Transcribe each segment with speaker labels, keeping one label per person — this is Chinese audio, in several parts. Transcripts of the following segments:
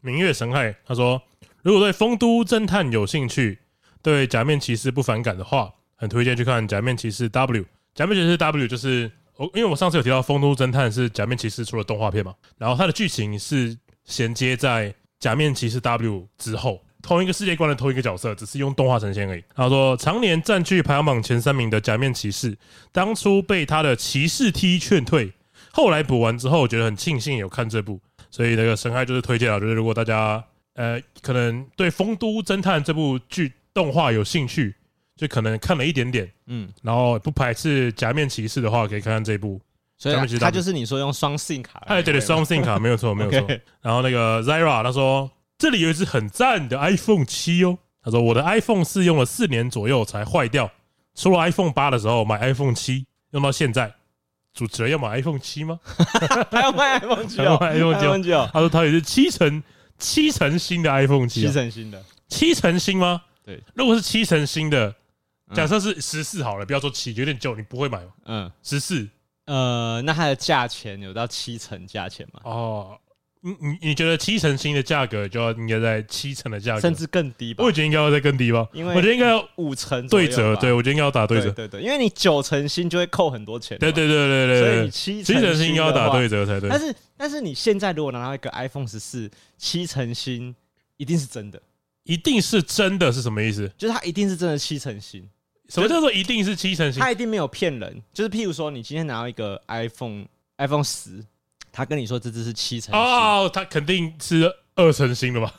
Speaker 1: 明月神害，他说：“如果对《丰都侦探》有兴趣，对假面骑士不反感的话，很推荐去看《假面骑士 W》。假面骑士 W 就是我，因为我上次有提到《丰都侦探》是假面骑士出了动画片嘛，然后它的剧情是衔接在《假面骑士 W》之后，同一个世界观的同一个角色，只是用动画呈现而已。他说，常年占据排行榜前三名的假面骑士，当初被他的骑士 T 劝退，后来补完之后，觉得很庆幸有看这部，所以那个神害就是推荐了，就是如果大家呃可能对《丰都侦探》这部剧动画有兴趣，就可能看了一点点，
Speaker 2: 嗯，
Speaker 1: 然后不排斥假面骑士的话，可以看看这部。
Speaker 2: 所以
Speaker 1: 咱
Speaker 2: 它
Speaker 1: 们其实
Speaker 2: 它
Speaker 1: 当
Speaker 2: 就是你说用双信卡的那
Speaker 1: 哎，
Speaker 2: 个，
Speaker 1: 对对
Speaker 2: 吗
Speaker 1: ，Something 卡没有错， 没有
Speaker 2: OK
Speaker 1: 错。然后那个 Zara 他说，这里有一只很赞的 iPhone 七哦。他说我的 iPhone 四用了四年左右才坏掉，出了 iPhone 八的时候买 iPhone 七，用到现在。主持人要买 iPhone 七吗？
Speaker 2: 还 要卖 iPhone 九
Speaker 1: 还要卖 iPhone
Speaker 2: ，iPhone 九，
Speaker 1: 他说他也是啊七成七成新的 iPhone 七、
Speaker 2: 七
Speaker 1: 啊，
Speaker 2: 成新的，
Speaker 1: 七成新吗？
Speaker 2: 对，
Speaker 1: 如果是七成新的，
Speaker 2: 嗯
Speaker 1: 假设是十四好了，不要说七，有点旧，你不会买吗？
Speaker 2: 嗯，
Speaker 1: 十四
Speaker 2: 呃，那它的价钱有到七成价钱吗？
Speaker 1: 哦，你你你觉得七成新的价格就要应该在七成的价格，
Speaker 2: 甚至更低吧
Speaker 1: 我？觉得应该要再更低吧，
Speaker 2: 因为
Speaker 1: 我觉得应该要
Speaker 2: 五成左
Speaker 1: 对
Speaker 2: 右啊
Speaker 1: 折，
Speaker 2: 吧
Speaker 1: 对我觉得应该要打对
Speaker 2: 对
Speaker 1: 折，
Speaker 2: 对对，因为你九成新就会扣很多钱嘛，
Speaker 1: 对对对对对
Speaker 2: 所以
Speaker 1: 对
Speaker 2: 你
Speaker 1: 对，
Speaker 2: 七
Speaker 1: 七成新应该要打对
Speaker 2: 折。
Speaker 1: 折才对
Speaker 2: 但。是但是你现在如果拿到一个 iPhone 十四七成新，一定是真的，
Speaker 1: 一定是真的是什么意思？
Speaker 2: 就是它一定是真的七成新，
Speaker 1: 什么叫做一定是七成新？
Speaker 2: 它一定没有骗人。就是譬如说，你今天拿到一个 iPhone iPhone 十，他跟你说这只是七成新，
Speaker 1: 哦，它肯定是二成新的吧？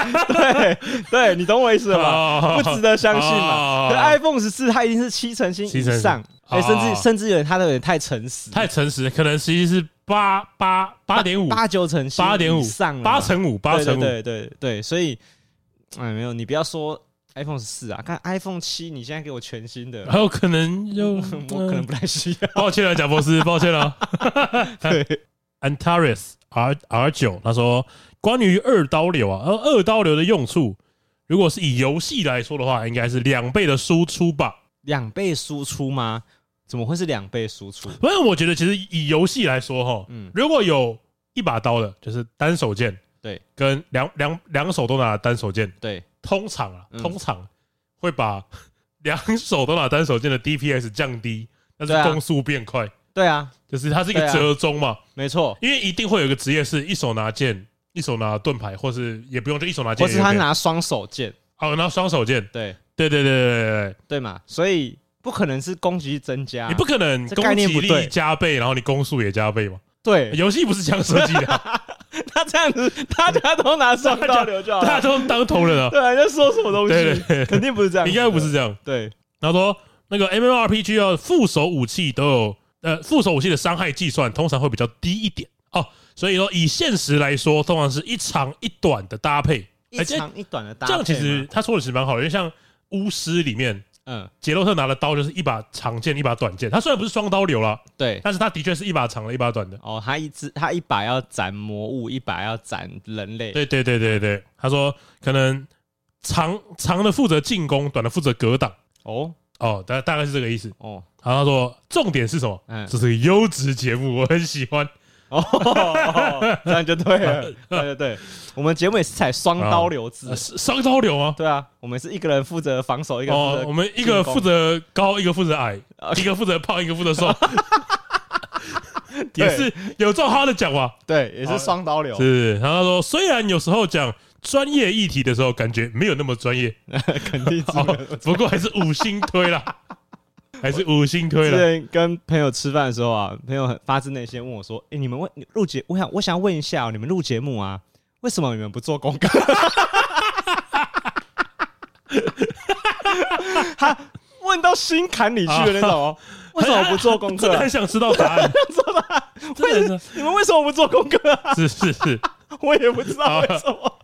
Speaker 2: 对对，你懂我意思了吧？
Speaker 1: 哦
Speaker 2: 不值得相信
Speaker 1: 哦
Speaker 2: 嘛？可 iPhone 十四它一定是七成新
Speaker 1: 七成
Speaker 2: 以
Speaker 1: 新
Speaker 2: 上，哎，甚
Speaker 1: 哦
Speaker 2: 至甚至有点它都有点太诚 实，
Speaker 1: 太诚实，可能实际是八八八点五，
Speaker 2: 八九成新
Speaker 1: 八点五
Speaker 2: 以上了嘛
Speaker 1: 嗯八乘五，八
Speaker 2: 对
Speaker 1: 乘五。
Speaker 2: 对对对对，所以哎，没有，你不要说 iPhone 十四啊，看 iPhone 七，你现在给我全新 的，
Speaker 1: 还有可能就
Speaker 2: 我可能不太需要。
Speaker 1: 抱歉了，啊贾博士，抱歉 了。嗯
Speaker 2: 对，
Speaker 1: Antares R R 九，他说关于二刀流啊，而二刀流的用处，如果是以游戏来说的话，应该是两倍的输出吧。
Speaker 2: 两倍输出吗？怎么会是两倍输出？
Speaker 1: 反正我觉得，其实以游戏来说，哈，
Speaker 2: 嗯，
Speaker 1: 如果有一把刀的，就是单手剑，
Speaker 2: 对，
Speaker 1: 跟两两两手都拿的单手剑，
Speaker 2: 对，
Speaker 1: 通常啊，
Speaker 2: 嗯
Speaker 1: 通常会把 两手都拿单手剑的 DPS 降低，但
Speaker 2: 对
Speaker 1: 是
Speaker 2: 啊
Speaker 1: 攻速变快，
Speaker 2: 对啊，
Speaker 1: 就是它是一个
Speaker 2: 对啊
Speaker 1: 折中嘛。
Speaker 2: 没错。
Speaker 1: 因为一定会有一个职业是一手拿剑，一手拿盾牌，或是也不用就一手拿剑
Speaker 2: 或
Speaker 1: 也
Speaker 2: 是
Speaker 1: 可以，
Speaker 2: 他拿双手剑，
Speaker 1: 哦，拿双手剑，
Speaker 2: 对
Speaker 1: 对对对对对对，
Speaker 2: 对嘛，所以不可能是攻击力增加，
Speaker 1: 你不可能
Speaker 2: 啊这
Speaker 1: 攻
Speaker 2: 概念
Speaker 1: 击
Speaker 2: 不对
Speaker 1: 力加倍，然后你攻速也加倍嘛？
Speaker 2: 对，
Speaker 1: 游戏不是这样设计 的，啊
Speaker 2: 他这样子，大家都拿双
Speaker 1: 大家
Speaker 2: 刀流就好
Speaker 1: 大家
Speaker 2: 了，
Speaker 1: 都当同人啊，
Speaker 2: 对啊，在说什么东
Speaker 1: 对
Speaker 2: 西？
Speaker 1: 对对，
Speaker 2: 肯 定不是这样，
Speaker 1: 应该不是，这样。
Speaker 2: 对
Speaker 1: 然后说那个 MMORPG 要啊副手武器都有，呃，副手武器的伤害计算通常会比较低一点哦，所以说以现实来说，通常是一长一短的搭配，
Speaker 2: 一
Speaker 1: 而且
Speaker 2: 长一短的搭
Speaker 1: 哎这样其
Speaker 2: 配
Speaker 1: 实
Speaker 2: 嘛，
Speaker 1: 他说的其实蛮好的，因为像巫师里面。
Speaker 2: 嗯，
Speaker 1: 杰洛特拿的刀就是一把长剑，一把短剑。他虽然不是双刀流啦，
Speaker 2: 对，
Speaker 1: 但是他的确是一把长的，一把短的。
Speaker 2: 哦，他一只他一把要斩魔物，一把要斩人类。
Speaker 1: 对对对对对，他说可能长长的负责进攻，短的负责格挡。
Speaker 2: 哦
Speaker 1: 哦，大大概是这个意思。
Speaker 2: 哦
Speaker 1: 然后他说重点是什么？
Speaker 2: 嗯
Speaker 1: 这是个优质节目，我很喜欢。
Speaker 2: 哦，哦 这样就 对了，这样就对。我们节目也是采双刀流制
Speaker 1: 呃，是双刀流吗？
Speaker 2: 对啊，我们是一个人负责哦防守，一个
Speaker 1: 哦，我
Speaker 2: 人
Speaker 1: 们一个负责高，一个负责 矮，
Speaker 2: 负责
Speaker 1: 一个负责胖，一个负责瘦，
Speaker 2: 对
Speaker 1: 也是有照他的讲嘛。
Speaker 2: 对，也是双刀流，
Speaker 1: 是，然后他说，虽然有时候讲专业议题的时候，感觉没有那么专 业，
Speaker 2: 肯定是
Speaker 1: 哦
Speaker 2: 的。
Speaker 1: 不过还是五星推 啦，还是五星推
Speaker 2: 之
Speaker 1: 啦。
Speaker 2: 前跟朋友吃饭的时候啊，朋友很发自内心问我说：“哎、你们问你录节，我想我想问一下、哦，你们录节目啊，为什么你们不做功课？” 他问到心坎里去的那种 哦，为什么不做功
Speaker 1: 哎真
Speaker 2: 课
Speaker 1: 的
Speaker 2: 啊、
Speaker 1: 很想知道答 案，真的
Speaker 2: 你们为什么不做功课 啊、
Speaker 1: 是是是是。
Speaker 2: 我也不知
Speaker 1: 啊
Speaker 2: 道为什么，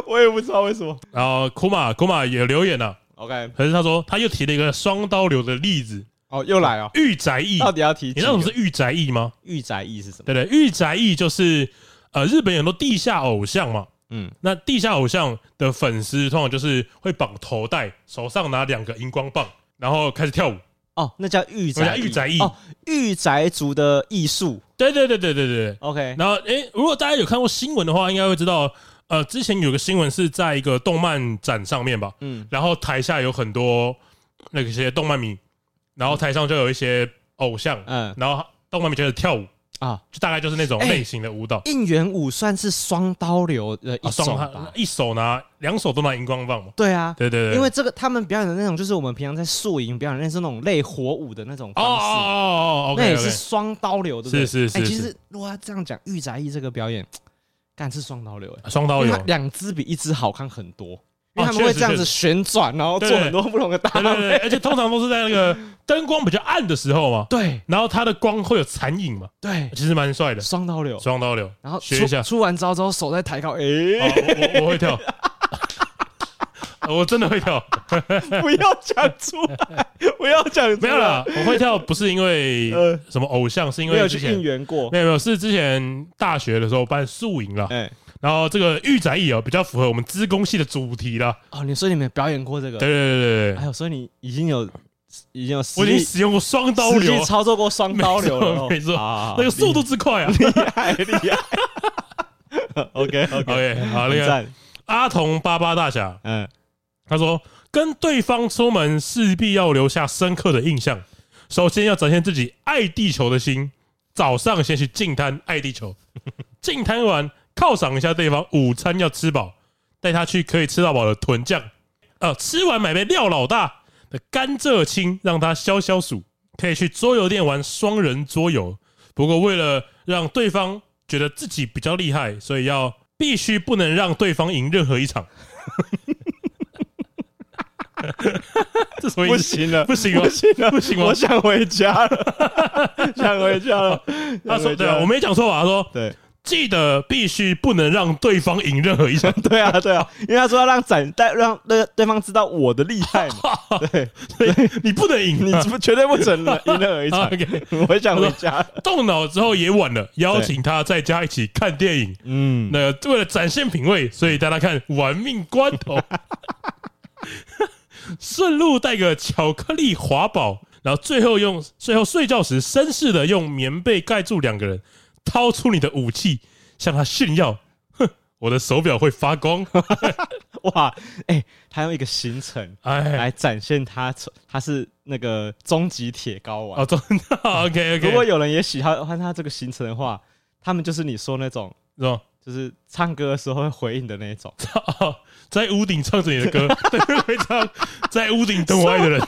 Speaker 2: 我也不知道为什么。
Speaker 1: 然后库玛库玛也留言了，
Speaker 2: OK，
Speaker 1: 可是他说他又提了一个双刀流的例子，
Speaker 2: 哦，又来哦，
Speaker 1: 御宅役。
Speaker 2: 到底要提
Speaker 1: 你
Speaker 2: 几
Speaker 1: 知道什
Speaker 2: 个
Speaker 1: 么是御宅役吗？
Speaker 2: 御宅意是什么？
Speaker 1: 对不对，御宅役就是呃日本有很多地下偶像嘛，
Speaker 2: 嗯，
Speaker 1: 那地下偶像的粉丝通常就是会绑头带，手上拿两个荧光棒，然后开始跳舞。
Speaker 2: 哦，那叫御
Speaker 1: 我们
Speaker 2: 宅
Speaker 1: 叫御宅艺。
Speaker 2: 哦，御宅族的艺术。
Speaker 1: 对对对对对对。
Speaker 2: OK，
Speaker 1: 然后，诶，如果大家有看过新闻的话，应该会知道，呃，之前有个新闻是在一个动漫展上面吧，
Speaker 2: 嗯，
Speaker 1: 然后台下有很多那个些动漫迷，然后台上就有一些偶像，
Speaker 2: 嗯
Speaker 1: 然后动漫迷就开始跳舞，
Speaker 2: 啊，
Speaker 1: 就大概就是那种
Speaker 2: 哎
Speaker 1: 类型的舞蹈。
Speaker 2: 应援舞算是双刀流的一
Speaker 1: 啊
Speaker 2: 种
Speaker 1: 双
Speaker 2: 吧
Speaker 1: 他？一手拿，两手都拿荧光棒嘛。
Speaker 2: 对啊，
Speaker 1: 对对对，
Speaker 2: 因为这个他们表演的那种，就是我们平常在宿营表演的是那种类火舞的那种
Speaker 1: 哦
Speaker 2: 方
Speaker 1: 哦
Speaker 2: 式。
Speaker 1: 哦哦哦，OK
Speaker 2: 那也是
Speaker 1: OK，
Speaker 2: 双刀流，对不对？
Speaker 1: 是是
Speaker 2: 哎
Speaker 1: 是
Speaker 2: 其
Speaker 1: 是
Speaker 2: 实如果要这样讲，御宅艺这个表演，干是双刀流哎、
Speaker 1: 双刀
Speaker 2: 因为
Speaker 1: 流
Speaker 2: 它。两只比一只好看很多，因为他们
Speaker 1: 哦确
Speaker 2: 会
Speaker 1: 实
Speaker 2: 这样
Speaker 1: 确
Speaker 2: 子旋转，然后
Speaker 1: 对
Speaker 2: 做
Speaker 1: 对
Speaker 2: 很多不同的搭
Speaker 1: 对对
Speaker 2: 配。
Speaker 1: 对，而且通常都是在那个灯光比较暗的时候嘛，
Speaker 2: 对
Speaker 1: 然后它的光会有残影嘛，
Speaker 2: 对，
Speaker 1: 其实蛮帅的。
Speaker 2: 双刀流。
Speaker 1: 双刀流，
Speaker 2: 然后
Speaker 1: 学一下
Speaker 2: 出出完招之后，手再抬高，
Speaker 1: 哦
Speaker 2: 哎，
Speaker 1: 我我我会跳， 我真的会跳，
Speaker 2: 不要讲出来，不要讲出来，
Speaker 1: 没有啦，我会跳不是因为
Speaker 2: 呃
Speaker 1: 什么偶像，是因
Speaker 2: 没有
Speaker 1: 为
Speaker 2: 去
Speaker 1: 之
Speaker 2: 应
Speaker 1: 前。
Speaker 2: 援过
Speaker 1: 没。有没有，是之前大学的时候办宿营啦，
Speaker 2: 哎，
Speaker 1: 然后这个御宅艺哦比较符合我们资工系的主题啦。
Speaker 2: 哦，你说你们表演过这个？
Speaker 1: 对对对对对
Speaker 2: 哎，呦，所以你已经有已经有实
Speaker 1: 我已经
Speaker 2: 力，
Speaker 1: 使用过双刀
Speaker 2: 实
Speaker 1: 流
Speaker 2: 力，操作过双刀流了哦，
Speaker 1: 没错没错
Speaker 2: 好，好好
Speaker 1: 那个速度之快啊！
Speaker 2: 厉害厉害。OK OK，
Speaker 1: OK，好，那
Speaker 2: 很
Speaker 1: 个
Speaker 2: 赞，
Speaker 1: 阿童巴巴大侠
Speaker 2: 嗯，
Speaker 1: 他说，跟对方出门势必要留下深刻的印象，首先要展现自己爱地球的心。早上先去净滩爱地球， 净滩完犒赏一下对方，午餐要吃饱，带他去可以吃到饱的豚酱，呃，吃完买杯廖老大的甘蔗青，让他消消暑。可以去桌游店玩双人桌游，不过为了让对方觉得自己比较厉害，所以要必须不能让对方赢任何一场。这什么
Speaker 2: 不
Speaker 1: 意思？
Speaker 2: 行了，
Speaker 1: 不行吗
Speaker 2: 不？行了，
Speaker 1: 不行吗
Speaker 2: 我想回家了，想回家了。
Speaker 1: 他
Speaker 2: 想
Speaker 1: 说
Speaker 2: 回
Speaker 1: 对
Speaker 2: 家
Speaker 1: 啊，
Speaker 2: 了
Speaker 1: 我没讲错吧？他说
Speaker 2: 对
Speaker 1: 记得必须不能让对方赢任何一 场，
Speaker 2: 对啊对啊，因为他说要让展带让那个对方知道我的厉害 嘛，对
Speaker 1: 所以你不能赢
Speaker 2: 你
Speaker 1: 啊。
Speaker 2: 不绝对不准了，赢了而 已
Speaker 1: 啊
Speaker 2: 场。
Speaker 1: OK，
Speaker 2: 我想回 家了，
Speaker 1: 动脑之后也晚了，邀请他在家一起看电影。
Speaker 2: 嗯，
Speaker 1: 那为了展现品味，所以大家看《玩命关头》， 顺路带个巧克力华堡，然后最后用最后睡觉时绅士的用棉被盖住两个人，掏出你的武器向他炫耀，哼，我的手表会发光，
Speaker 2: 哇，哎，他用一个行程
Speaker 1: 哎，
Speaker 2: 来展现他他是那个终极铁睾丸
Speaker 1: 哦，。真的，OK
Speaker 2: 如果
Speaker 1: OK，
Speaker 2: 有人也喜欢欢他这个行程的话，他们就是你说那种，
Speaker 1: 是吧？
Speaker 2: 就是唱歌的时候会回应的那一种。
Speaker 1: 哦在屋顶唱着你的歌， 对面会唱在屋顶等我爱的 人，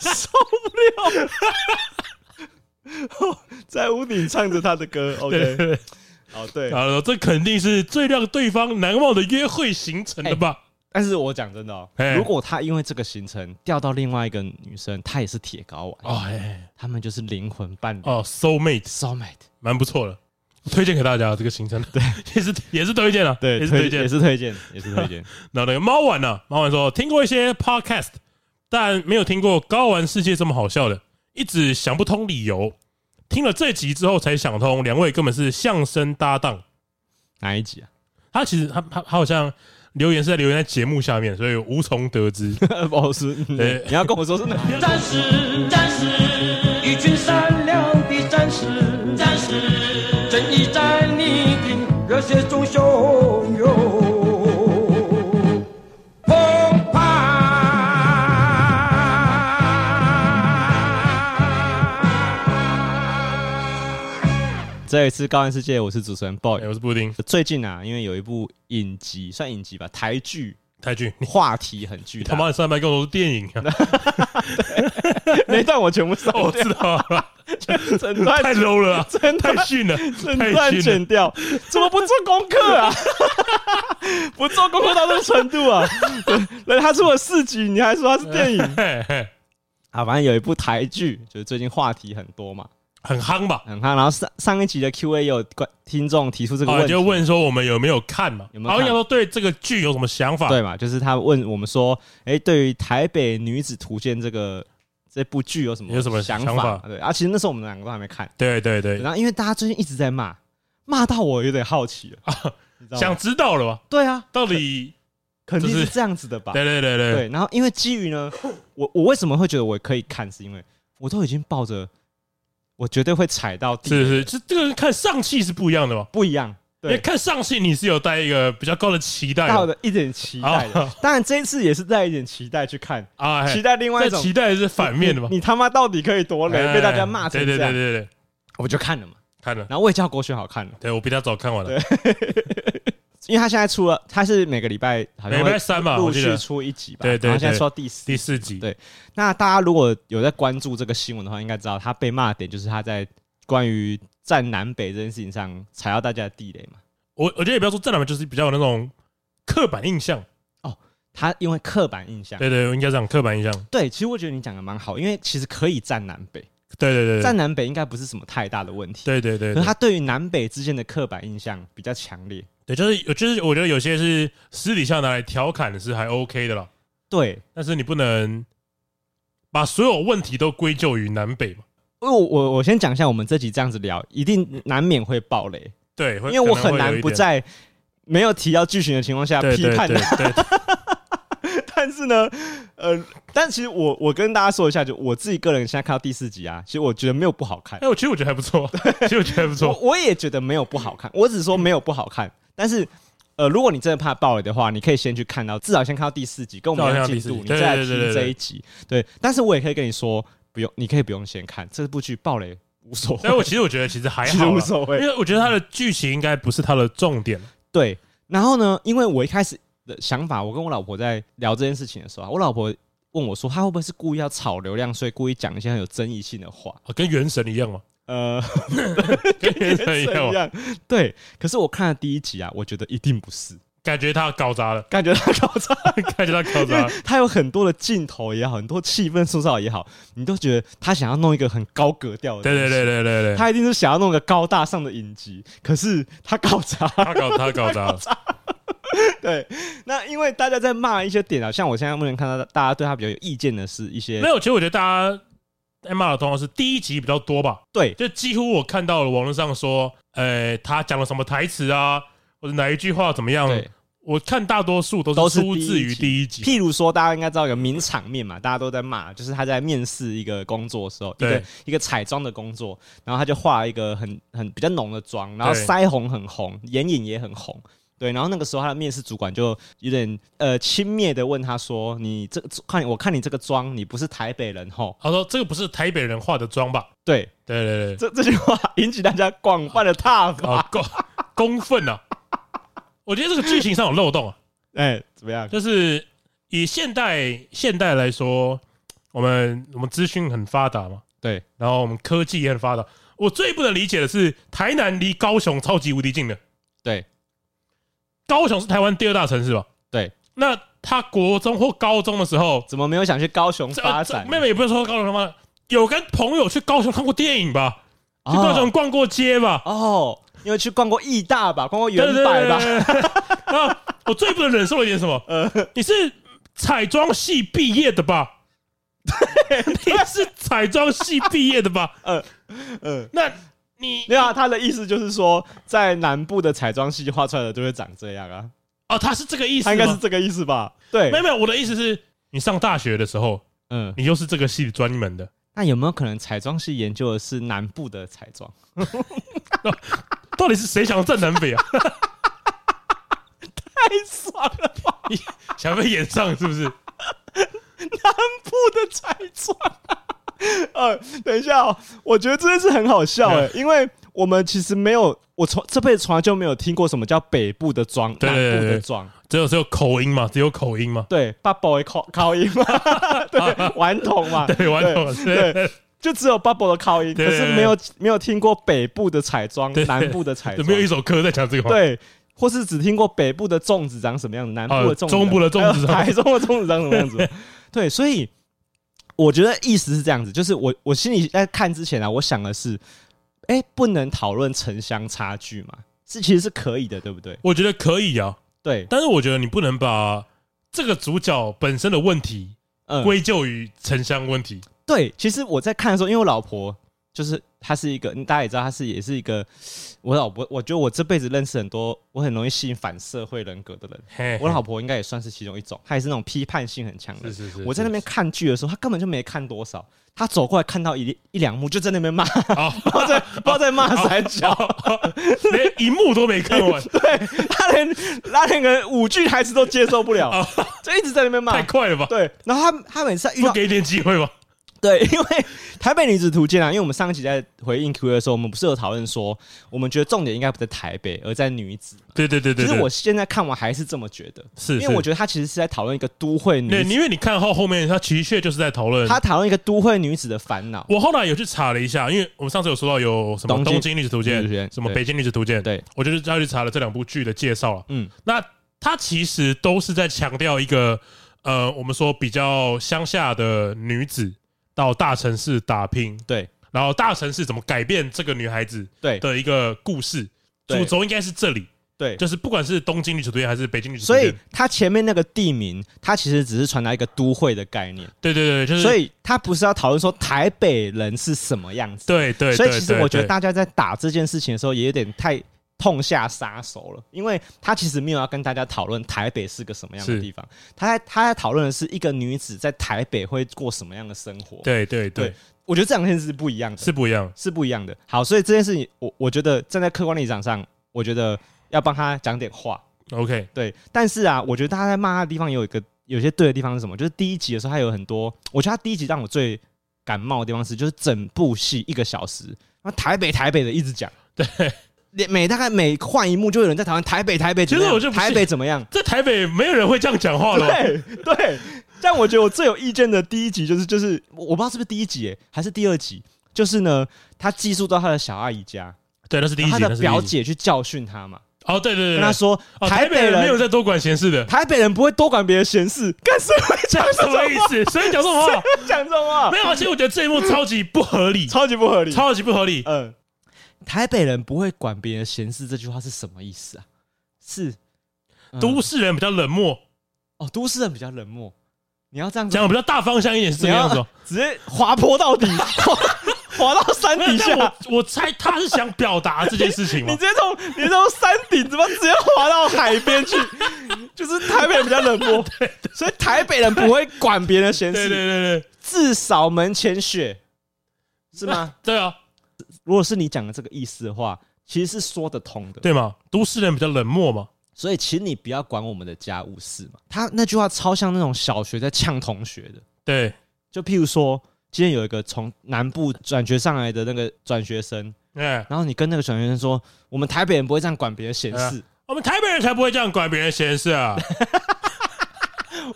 Speaker 2: 受不了，在屋顶唱着他的歌。
Speaker 1: 对 对
Speaker 2: OK，
Speaker 1: 对，
Speaker 2: 哦对，
Speaker 1: 好了，这肯定是最让对方难忘的约会行程了吧？
Speaker 2: 但是我讲真的哦
Speaker 1: 嘿，
Speaker 2: 如果他因为这个行程调到另外一个女生，他也是铁睾丸，
Speaker 1: 哦，哎，
Speaker 2: 他们就是灵魂伴侣
Speaker 1: 哦，Soul Mate
Speaker 2: ，soulmate。
Speaker 1: 蛮不错的，推荐给大家这个行程，对， 也是也是推荐啊，
Speaker 2: 对，
Speaker 1: 也是推
Speaker 2: 也
Speaker 1: 荐。
Speaker 2: 是推荐，也是推 荐。
Speaker 1: 然后那个猫碗呢、猫碗说听过一些 podcast，但没有听过高玩世界这么好笑的，一直想不通理由。听了这集之后才想通，两位根本是相声搭档。
Speaker 2: 哪一集啊？
Speaker 1: 他其实他他他好像留言是在留言在节目下面，所以无从得知。
Speaker 2: 老师，
Speaker 1: 对
Speaker 2: 嗯你要跟我说是哪？
Speaker 3: 战士，战士，一群善良的战士，战士，正义在你的热血中汹涌澎湃。
Speaker 2: 这一次高玩世界，我是主持人 boy
Speaker 1: 哎。我是布丁
Speaker 2: 最近啊，因为有一部影集，算影集吧，台剧
Speaker 1: 泰剧，你
Speaker 2: 话题很巨
Speaker 1: 他
Speaker 2: 大。
Speaker 1: 妈的上班跟我说电影啊！
Speaker 2: 那一段我全部删
Speaker 1: 哦我
Speaker 2: 掉，
Speaker 1: 知道了，
Speaker 2: 整
Speaker 1: 太
Speaker 2: 段
Speaker 1: low 了啊，
Speaker 2: 真的
Speaker 1: 太逊了，
Speaker 2: 整
Speaker 1: 太
Speaker 2: 段
Speaker 1: 逊了
Speaker 2: 剪。掉，怎么不做功 课啊？不做功课到这个程度啊？对，那他出了四集，你还说他是电 影
Speaker 1: 嘿嘿，
Speaker 2: 啊？反正有一部台剧，就是最近话题很多嘛，
Speaker 1: 很夯吧？
Speaker 2: 很看。然后上上一集的 Q&A 有观听众提出这个
Speaker 1: 啊，
Speaker 2: 问题，
Speaker 1: 就问说我们有没有看嘛？
Speaker 2: 有没有
Speaker 1: 然
Speaker 2: 看
Speaker 1: 后想说对这个剧有什么想法？
Speaker 2: 对嘛？就是他问我们说，哎、对于《台北女子图鉴》这个这部剧有什么
Speaker 1: 有什么
Speaker 2: 想
Speaker 1: 想法
Speaker 2: 对啊，其实那时候我们两个都还没看，
Speaker 1: 对对对
Speaker 2: 然后因为大家最近一直在 骂，骂到我有点好奇了，你知道吗
Speaker 1: 想知道了吧？
Speaker 2: 对啊，
Speaker 1: 到底
Speaker 2: 肯定
Speaker 1: 就是是
Speaker 2: 这样子的吧？
Speaker 1: 对对对对，
Speaker 2: 对，然后因为基于呢，我我为什么会觉得我可以看，是因为我都已经抱着我绝对会踩到地，
Speaker 1: 是是，这这个看上气是不一样的嘛。
Speaker 2: 不一样，
Speaker 1: 因为
Speaker 2: 对，
Speaker 1: 看上气你是有带一个比较高的期待
Speaker 2: 抱
Speaker 1: 的
Speaker 2: 着一点期待的
Speaker 1: 啊。
Speaker 2: 当然这一次也是带一点期待去看，
Speaker 1: 啊，嘿
Speaker 2: 期待另外一
Speaker 1: 这
Speaker 2: 种
Speaker 1: 期待是反面的嘛
Speaker 2: 你。你他妈到底可以多累，
Speaker 1: 哎
Speaker 2: 被大家骂成
Speaker 1: 对对
Speaker 2: 这
Speaker 1: 对
Speaker 2: 样，
Speaker 1: 对对，对
Speaker 2: 我就看了嘛。
Speaker 1: 看了，
Speaker 2: 然后我也叫国学好看了，
Speaker 1: 对我比他早看完了，
Speaker 2: 因为他现在出了，他是每个礼拜好像
Speaker 1: 礼
Speaker 2: 会
Speaker 1: 拜三吧，
Speaker 2: 陆
Speaker 1: 啊我记
Speaker 2: 续
Speaker 1: 得
Speaker 2: 出一集吧，
Speaker 1: 对对
Speaker 2: 然后现在
Speaker 1: 对
Speaker 2: 出到第四
Speaker 1: 第四集
Speaker 2: 对。那大家如果有在关注这个新闻的话，应该知道他被骂的点就是他在关于站南北这件事情上踩到大家的地雷嘛。
Speaker 1: 我我觉得也不要说战狼，就是比较有那种刻板印象。
Speaker 2: 他因为刻板印象，
Speaker 1: 对对，我应该讲刻板印象。
Speaker 2: 对，其实我觉得你讲的蛮好，因为其实可以站南北，
Speaker 1: 对对对
Speaker 2: 站
Speaker 1: 对，
Speaker 2: 南北应该不是什么太大的问题。
Speaker 1: 对对对
Speaker 2: 可
Speaker 1: 对
Speaker 2: 是，他对于南北之间的刻板印象比较强烈。
Speaker 1: 对就是有就是我觉得有些是私底下拿来调侃的是还 OK 的啦，
Speaker 2: 对，
Speaker 1: 但是你不能把所有问题都归咎于南北嘛。
Speaker 2: 因为我我我先讲一下，我们这集这样子聊，一定难免会爆雷，
Speaker 1: 对，因
Speaker 2: 因为我很难不在没有提到剧情的情况下
Speaker 1: 对
Speaker 2: 批
Speaker 1: 对
Speaker 2: 判
Speaker 1: 对
Speaker 2: 他。
Speaker 1: 对对
Speaker 2: 但是呢，呃，但其实我我跟大家说一下，就我自己个人现在看到第四集啊，其实我觉得没有不好看，
Speaker 1: 哎，我其实我觉得还不错，其实我觉得还不
Speaker 2: 我
Speaker 1: 错。
Speaker 2: 我也觉得没有不好看，我只是说没有不好看，但是。呃，如果你真的怕暴雷的话，你可以先去看到，至少先看到第四集，跟我们一样进
Speaker 1: 至少
Speaker 2: 度，
Speaker 1: 先
Speaker 2: 你
Speaker 1: 看到第四集
Speaker 2: 再来
Speaker 1: 对对对
Speaker 2: 听
Speaker 1: 对对
Speaker 2: 这一集。对，但是我也可以跟你说，不用，你可以不用先看这部剧，暴雷无所谓
Speaker 1: 但，我其实我觉得其实还
Speaker 2: 其实
Speaker 1: 好
Speaker 2: 无
Speaker 1: 啦，
Speaker 2: 所谓
Speaker 1: 因。为我觉得它的剧情应该不是它的重点。
Speaker 2: 对，然后呢，因为我一开始的想法，我跟我老婆在聊这件事情的时候啊，我老婆问我说，她会不会是故意要炒流量，所以故意讲一些很有争议性的话？
Speaker 1: 啊跟原神一样嘛，
Speaker 2: 呃，
Speaker 1: 跟 原神一样
Speaker 2: 一
Speaker 1: 嘛，
Speaker 2: 样，对。可是我看了第一集啊，我觉得一定不是，
Speaker 1: 感觉他搞砸了，
Speaker 2: 感觉他搞砸，
Speaker 1: 感觉他搞
Speaker 2: 因
Speaker 1: 砸了
Speaker 2: 为。他有很多的镜头也好，很多气氛塑造也好，你都觉得他想要弄一个很高格调的，
Speaker 1: 对对对。对对对，
Speaker 2: 他一定是想要弄个高大上的影集，可是他搞砸 了
Speaker 1: 他搞他搞砸了，
Speaker 2: 对，那因为大家在骂一些点啊，像我现在目前看到大家对他比较有意见的是一些
Speaker 1: 没，有，其实我觉得大家在骂的通常是第一集比较多吧，
Speaker 2: 对
Speaker 1: 就几乎我看到了网络上说，呃，他讲了什么台词啊，或者哪一句话怎么样，
Speaker 2: 对，
Speaker 1: 我看大多数都
Speaker 2: 都
Speaker 1: 是
Speaker 2: 是
Speaker 1: 出自于第一集。
Speaker 2: 譬如说大家应该知道有名场面嘛，大家都在骂，就是他在面试一个工作的时候，一个
Speaker 1: 对
Speaker 2: 一个彩妆的工作，然后他就化一个很很比较浓的妆，然后
Speaker 1: 对
Speaker 2: 腮红很红，眼影也很红。对，然后那个时候他的面试主管就有点呃轻蔑的问他说：“你这看我看你这个妆，你不是台北人吼
Speaker 1: 他说这个不是台北人化的妆吧？？”
Speaker 2: 对，
Speaker 1: 对对对，
Speaker 2: 这这句话引起大家广泛的挞 伐。
Speaker 1: 啊，公公愤啊！我觉得这个剧情上有漏洞啊，
Speaker 2: 哎、怎么样？
Speaker 1: 就是以现代现代来说，我们我们资讯很发达嘛，
Speaker 2: 对，
Speaker 1: 然后我们科技也很发达。我最不能理解的是，台南离高雄超级无敌近的，
Speaker 2: 对，
Speaker 1: 高雄是台湾第二大城市吧？
Speaker 2: 对，
Speaker 1: 那他国中或高中的时候，
Speaker 2: 怎么没有想去高雄
Speaker 1: 这
Speaker 2: 发展？
Speaker 1: 妹妹也不是说高雄他妈有跟朋友去高雄看过电影吧？
Speaker 2: 啊
Speaker 1: 去高雄逛过街吧？
Speaker 2: 哦，因为去逛过义大吧，逛过元
Speaker 1: 对
Speaker 2: 百吧，呃
Speaker 1: 对对对对 啊，我最不能忍受的一点是什么？你是彩妆系毕业的吧？ 你是彩妆系毕业的 吧？
Speaker 2: 嗯。
Speaker 1: 那你
Speaker 2: 对啊，他的意思就是说，在南部的彩妆系画出来的就会长这样啊，
Speaker 1: 哦，他是这个意思
Speaker 2: 他应该是
Speaker 1: 吗？
Speaker 2: 这个意思吧？对
Speaker 1: 没，有没有，我的意思是，你上大学的时候，
Speaker 2: 嗯，
Speaker 1: 你就是这个系专门的，
Speaker 2: 那有没有可能彩妆系研究的是南部的彩妆？
Speaker 1: 到底是谁想站南北啊？
Speaker 2: 太爽了，
Speaker 1: 想被演上是不是？
Speaker 2: 南部的彩妆、 呃，等一下、哦，我觉得这件事很好笑哎、因为我们其实没有，我从这辈子从来就没有听过什么叫北部的妆，
Speaker 1: 对对对
Speaker 2: 南部的
Speaker 1: 对
Speaker 2: 妆。
Speaker 1: 只有只有口音嘛，只有口音嘛，
Speaker 2: 对，八宝的口口音嘛， 对，顽童嘛，
Speaker 1: 对，完全
Speaker 2: 对
Speaker 1: 对，
Speaker 2: 就只有八宝的口音，
Speaker 1: 对
Speaker 2: 可
Speaker 1: 对
Speaker 2: 是没有没有听过北部的彩妆
Speaker 1: 对，
Speaker 2: 南部的彩
Speaker 1: 有
Speaker 2: 妆，
Speaker 1: 没有一首歌在讲这个话？
Speaker 2: 对，或是只听过北部的粽子长什么样子，南部的粽子长，
Speaker 1: 哦中部的粽子长
Speaker 2: 还有台中的粽子长什么样 子，对，所以我觉得意思是这样子，就是我我心里在看之前啊，我想的是，哎，不能讨论城乡差距嘛，是其实是可以的，对不对？
Speaker 1: 我觉得可以啊，
Speaker 2: 对，
Speaker 1: 但是我觉得你不能把这个主角本身的问题
Speaker 2: 嗯，
Speaker 1: 归咎于城乡问题。
Speaker 2: 对，其实我在看的时候，因为我老婆就是他是一个，嗯大家也知道，他是也是一个，我老婆，我觉得我这辈子认识很多，我很容易吸引反社会人格的人。
Speaker 1: 嘿，
Speaker 2: 我老婆应该也算是其中一种，她也是那种批判性很强的
Speaker 1: 是
Speaker 2: 人。
Speaker 1: 是是，
Speaker 2: 我在那边
Speaker 1: 是
Speaker 2: 看剧的时候，她根本就没看多少，她走过来看到一一两幕，就在那边骂， 不
Speaker 1: 哦
Speaker 2: 知道在不知道在骂三角，
Speaker 1: 是 连一幕都没看完，
Speaker 2: 她连她连个五句台词都接受不了，就一直在那边骂
Speaker 1: 哦太。快了吧？
Speaker 2: 对，然后她她每次遇
Speaker 1: 不
Speaker 2: 到
Speaker 1: 给一点机会吧？
Speaker 2: 对，因为台北女子图鉴啊，因为我们上一集在回应 Q&A 的时候，我们不是有讨论说，我们觉得重点应该不在台北，而在女子。
Speaker 1: 对对对
Speaker 2: 其
Speaker 1: 对，
Speaker 2: 实
Speaker 1: 对
Speaker 2: 我现在看完还是这么觉得，
Speaker 1: 是
Speaker 2: 因为我
Speaker 1: 觉
Speaker 2: 觉得他其实是在讨论一个都会
Speaker 1: 得，
Speaker 2: 女
Speaker 1: 对，
Speaker 2: 子，
Speaker 1: 因为你看后后面，他的确就是在讨论。
Speaker 2: 他讨论一个都会女子的烦恼。
Speaker 1: 我后来有去查了一下，因为我们上次有说到有什么
Speaker 2: 东京
Speaker 1: 东京历史图鉴
Speaker 2: 历史图鉴、
Speaker 1: 什么
Speaker 2: 对
Speaker 1: 北京历史图鉴，
Speaker 2: 对，
Speaker 1: 我就是要去查了这两部剧的介绍了。
Speaker 2: 嗯，
Speaker 1: 那它其实都是在强调一个呃，我们说比较乡下的女子到大城市打拼，
Speaker 2: 对
Speaker 1: 然后大城市怎么改变这个女孩子
Speaker 2: 对
Speaker 1: 的一个故事。
Speaker 2: 对
Speaker 1: 主轴应该是这里，
Speaker 2: 对，
Speaker 1: 就是不管是东京历史图鉴还是北京历史图
Speaker 2: 所
Speaker 1: 鉴，
Speaker 2: 以他前面那个地名，他其实只是传达一个都会的概念，
Speaker 1: 对对对，就是
Speaker 2: 所以他不是要讨论说台北人是什么样子。
Speaker 1: 对对，
Speaker 2: 所以其实
Speaker 1: 对
Speaker 2: 我觉得
Speaker 1: 对
Speaker 2: 大家在打这件事情的时候，也有点太痛下杀手了，因为他其实没有要跟大家讨论台北是个什么样的
Speaker 1: 是
Speaker 2: 地方，他在他在讨论的是一个女子在台北会过什么样的生活。，
Speaker 1: 对对
Speaker 2: 对
Speaker 1: 对
Speaker 2: 我觉得这两件事是不一样的，
Speaker 1: 是不一样，
Speaker 2: 是不一样的。好，所以这件事情，我我觉得站在客观立场上，我觉得要帮他讲点话。
Speaker 1: OK，
Speaker 2: 对，但是啊，我觉得他在骂他的地方也有一个有些对的地方是什么？就是第一集的时候，他有很多，我觉得他第一集让我最感冒的地方是，就是整部戏一个小时，那台北台北的一直讲，
Speaker 1: 对，
Speaker 2: 连每大概每换一幕就有人在讨论台北台北怎么样，
Speaker 1: 其实我就不是
Speaker 2: 台北怎么样？
Speaker 1: 在台北没有人会这样讲话的吧，
Speaker 2: 对对，但我觉得我最有意见的第一集就是就是我我不知道是不是第一集耶还是第二集，就是呢，他寄宿到他的小阿姨家，
Speaker 1: 对，那是第一集，
Speaker 2: 然后
Speaker 1: 那
Speaker 2: 他的
Speaker 1: 是第
Speaker 2: 表
Speaker 1: 一集。
Speaker 2: 姐去教训他嘛，
Speaker 1: 哦，对对对
Speaker 2: 跟他
Speaker 1: 对，
Speaker 2: 说
Speaker 1: 哦，
Speaker 2: 台
Speaker 1: 台
Speaker 2: 北
Speaker 1: 北人没有
Speaker 2: 人
Speaker 1: 在多管闲事的，
Speaker 2: 台北人不会多管别人闲事，干什么讲
Speaker 1: 什么意思？谁讲这种话？
Speaker 2: 讲这种话
Speaker 1: 没，有，而且我觉得这一幕超级不合理，
Speaker 2: 超级不合理。
Speaker 1: 超级不合理。
Speaker 2: 嗯，台北人不会管别人闲事这句话是什么意思啊？是、嗯
Speaker 1: 都市人比较冷漠，
Speaker 2: 哦，都市人比较冷漠，你要这样子
Speaker 1: 讲得比较大方向一点是这
Speaker 2: 你
Speaker 1: 个
Speaker 2: 要
Speaker 1: 样子哦。
Speaker 2: 直接滑坡到底， 滑滑到山
Speaker 1: 没有
Speaker 2: 底
Speaker 1: 但
Speaker 2: 下。
Speaker 1: 我我猜他是想表达这件事情
Speaker 2: 你
Speaker 1: 嘛
Speaker 2: 直？接从你从山顶怎么直接滑到海边去？就是台北人比较冷 漠，所以台北人不会管别人闲
Speaker 1: 对对
Speaker 2: 事，
Speaker 1: 对对，
Speaker 2: 至少门前雪，是
Speaker 1: 是
Speaker 2: 吗？？
Speaker 1: 对啊，
Speaker 2: 如果是你讲的这个意思的话，其实是说得通的。
Speaker 1: 对嘛，都市人比较冷漠嘛。
Speaker 2: 所以请你不要管我们的家务事嘛。他那句话超像那种小学在呛同学的，
Speaker 1: 对，
Speaker 2: 就譬如说，今天有一个从南部转学上来的那个转学生，
Speaker 1: 哎，
Speaker 2: 然后你跟那个转学生说，我们台北人不会这样管别人闲事，
Speaker 1: 我们台北人才不会这样管别人闲事啊。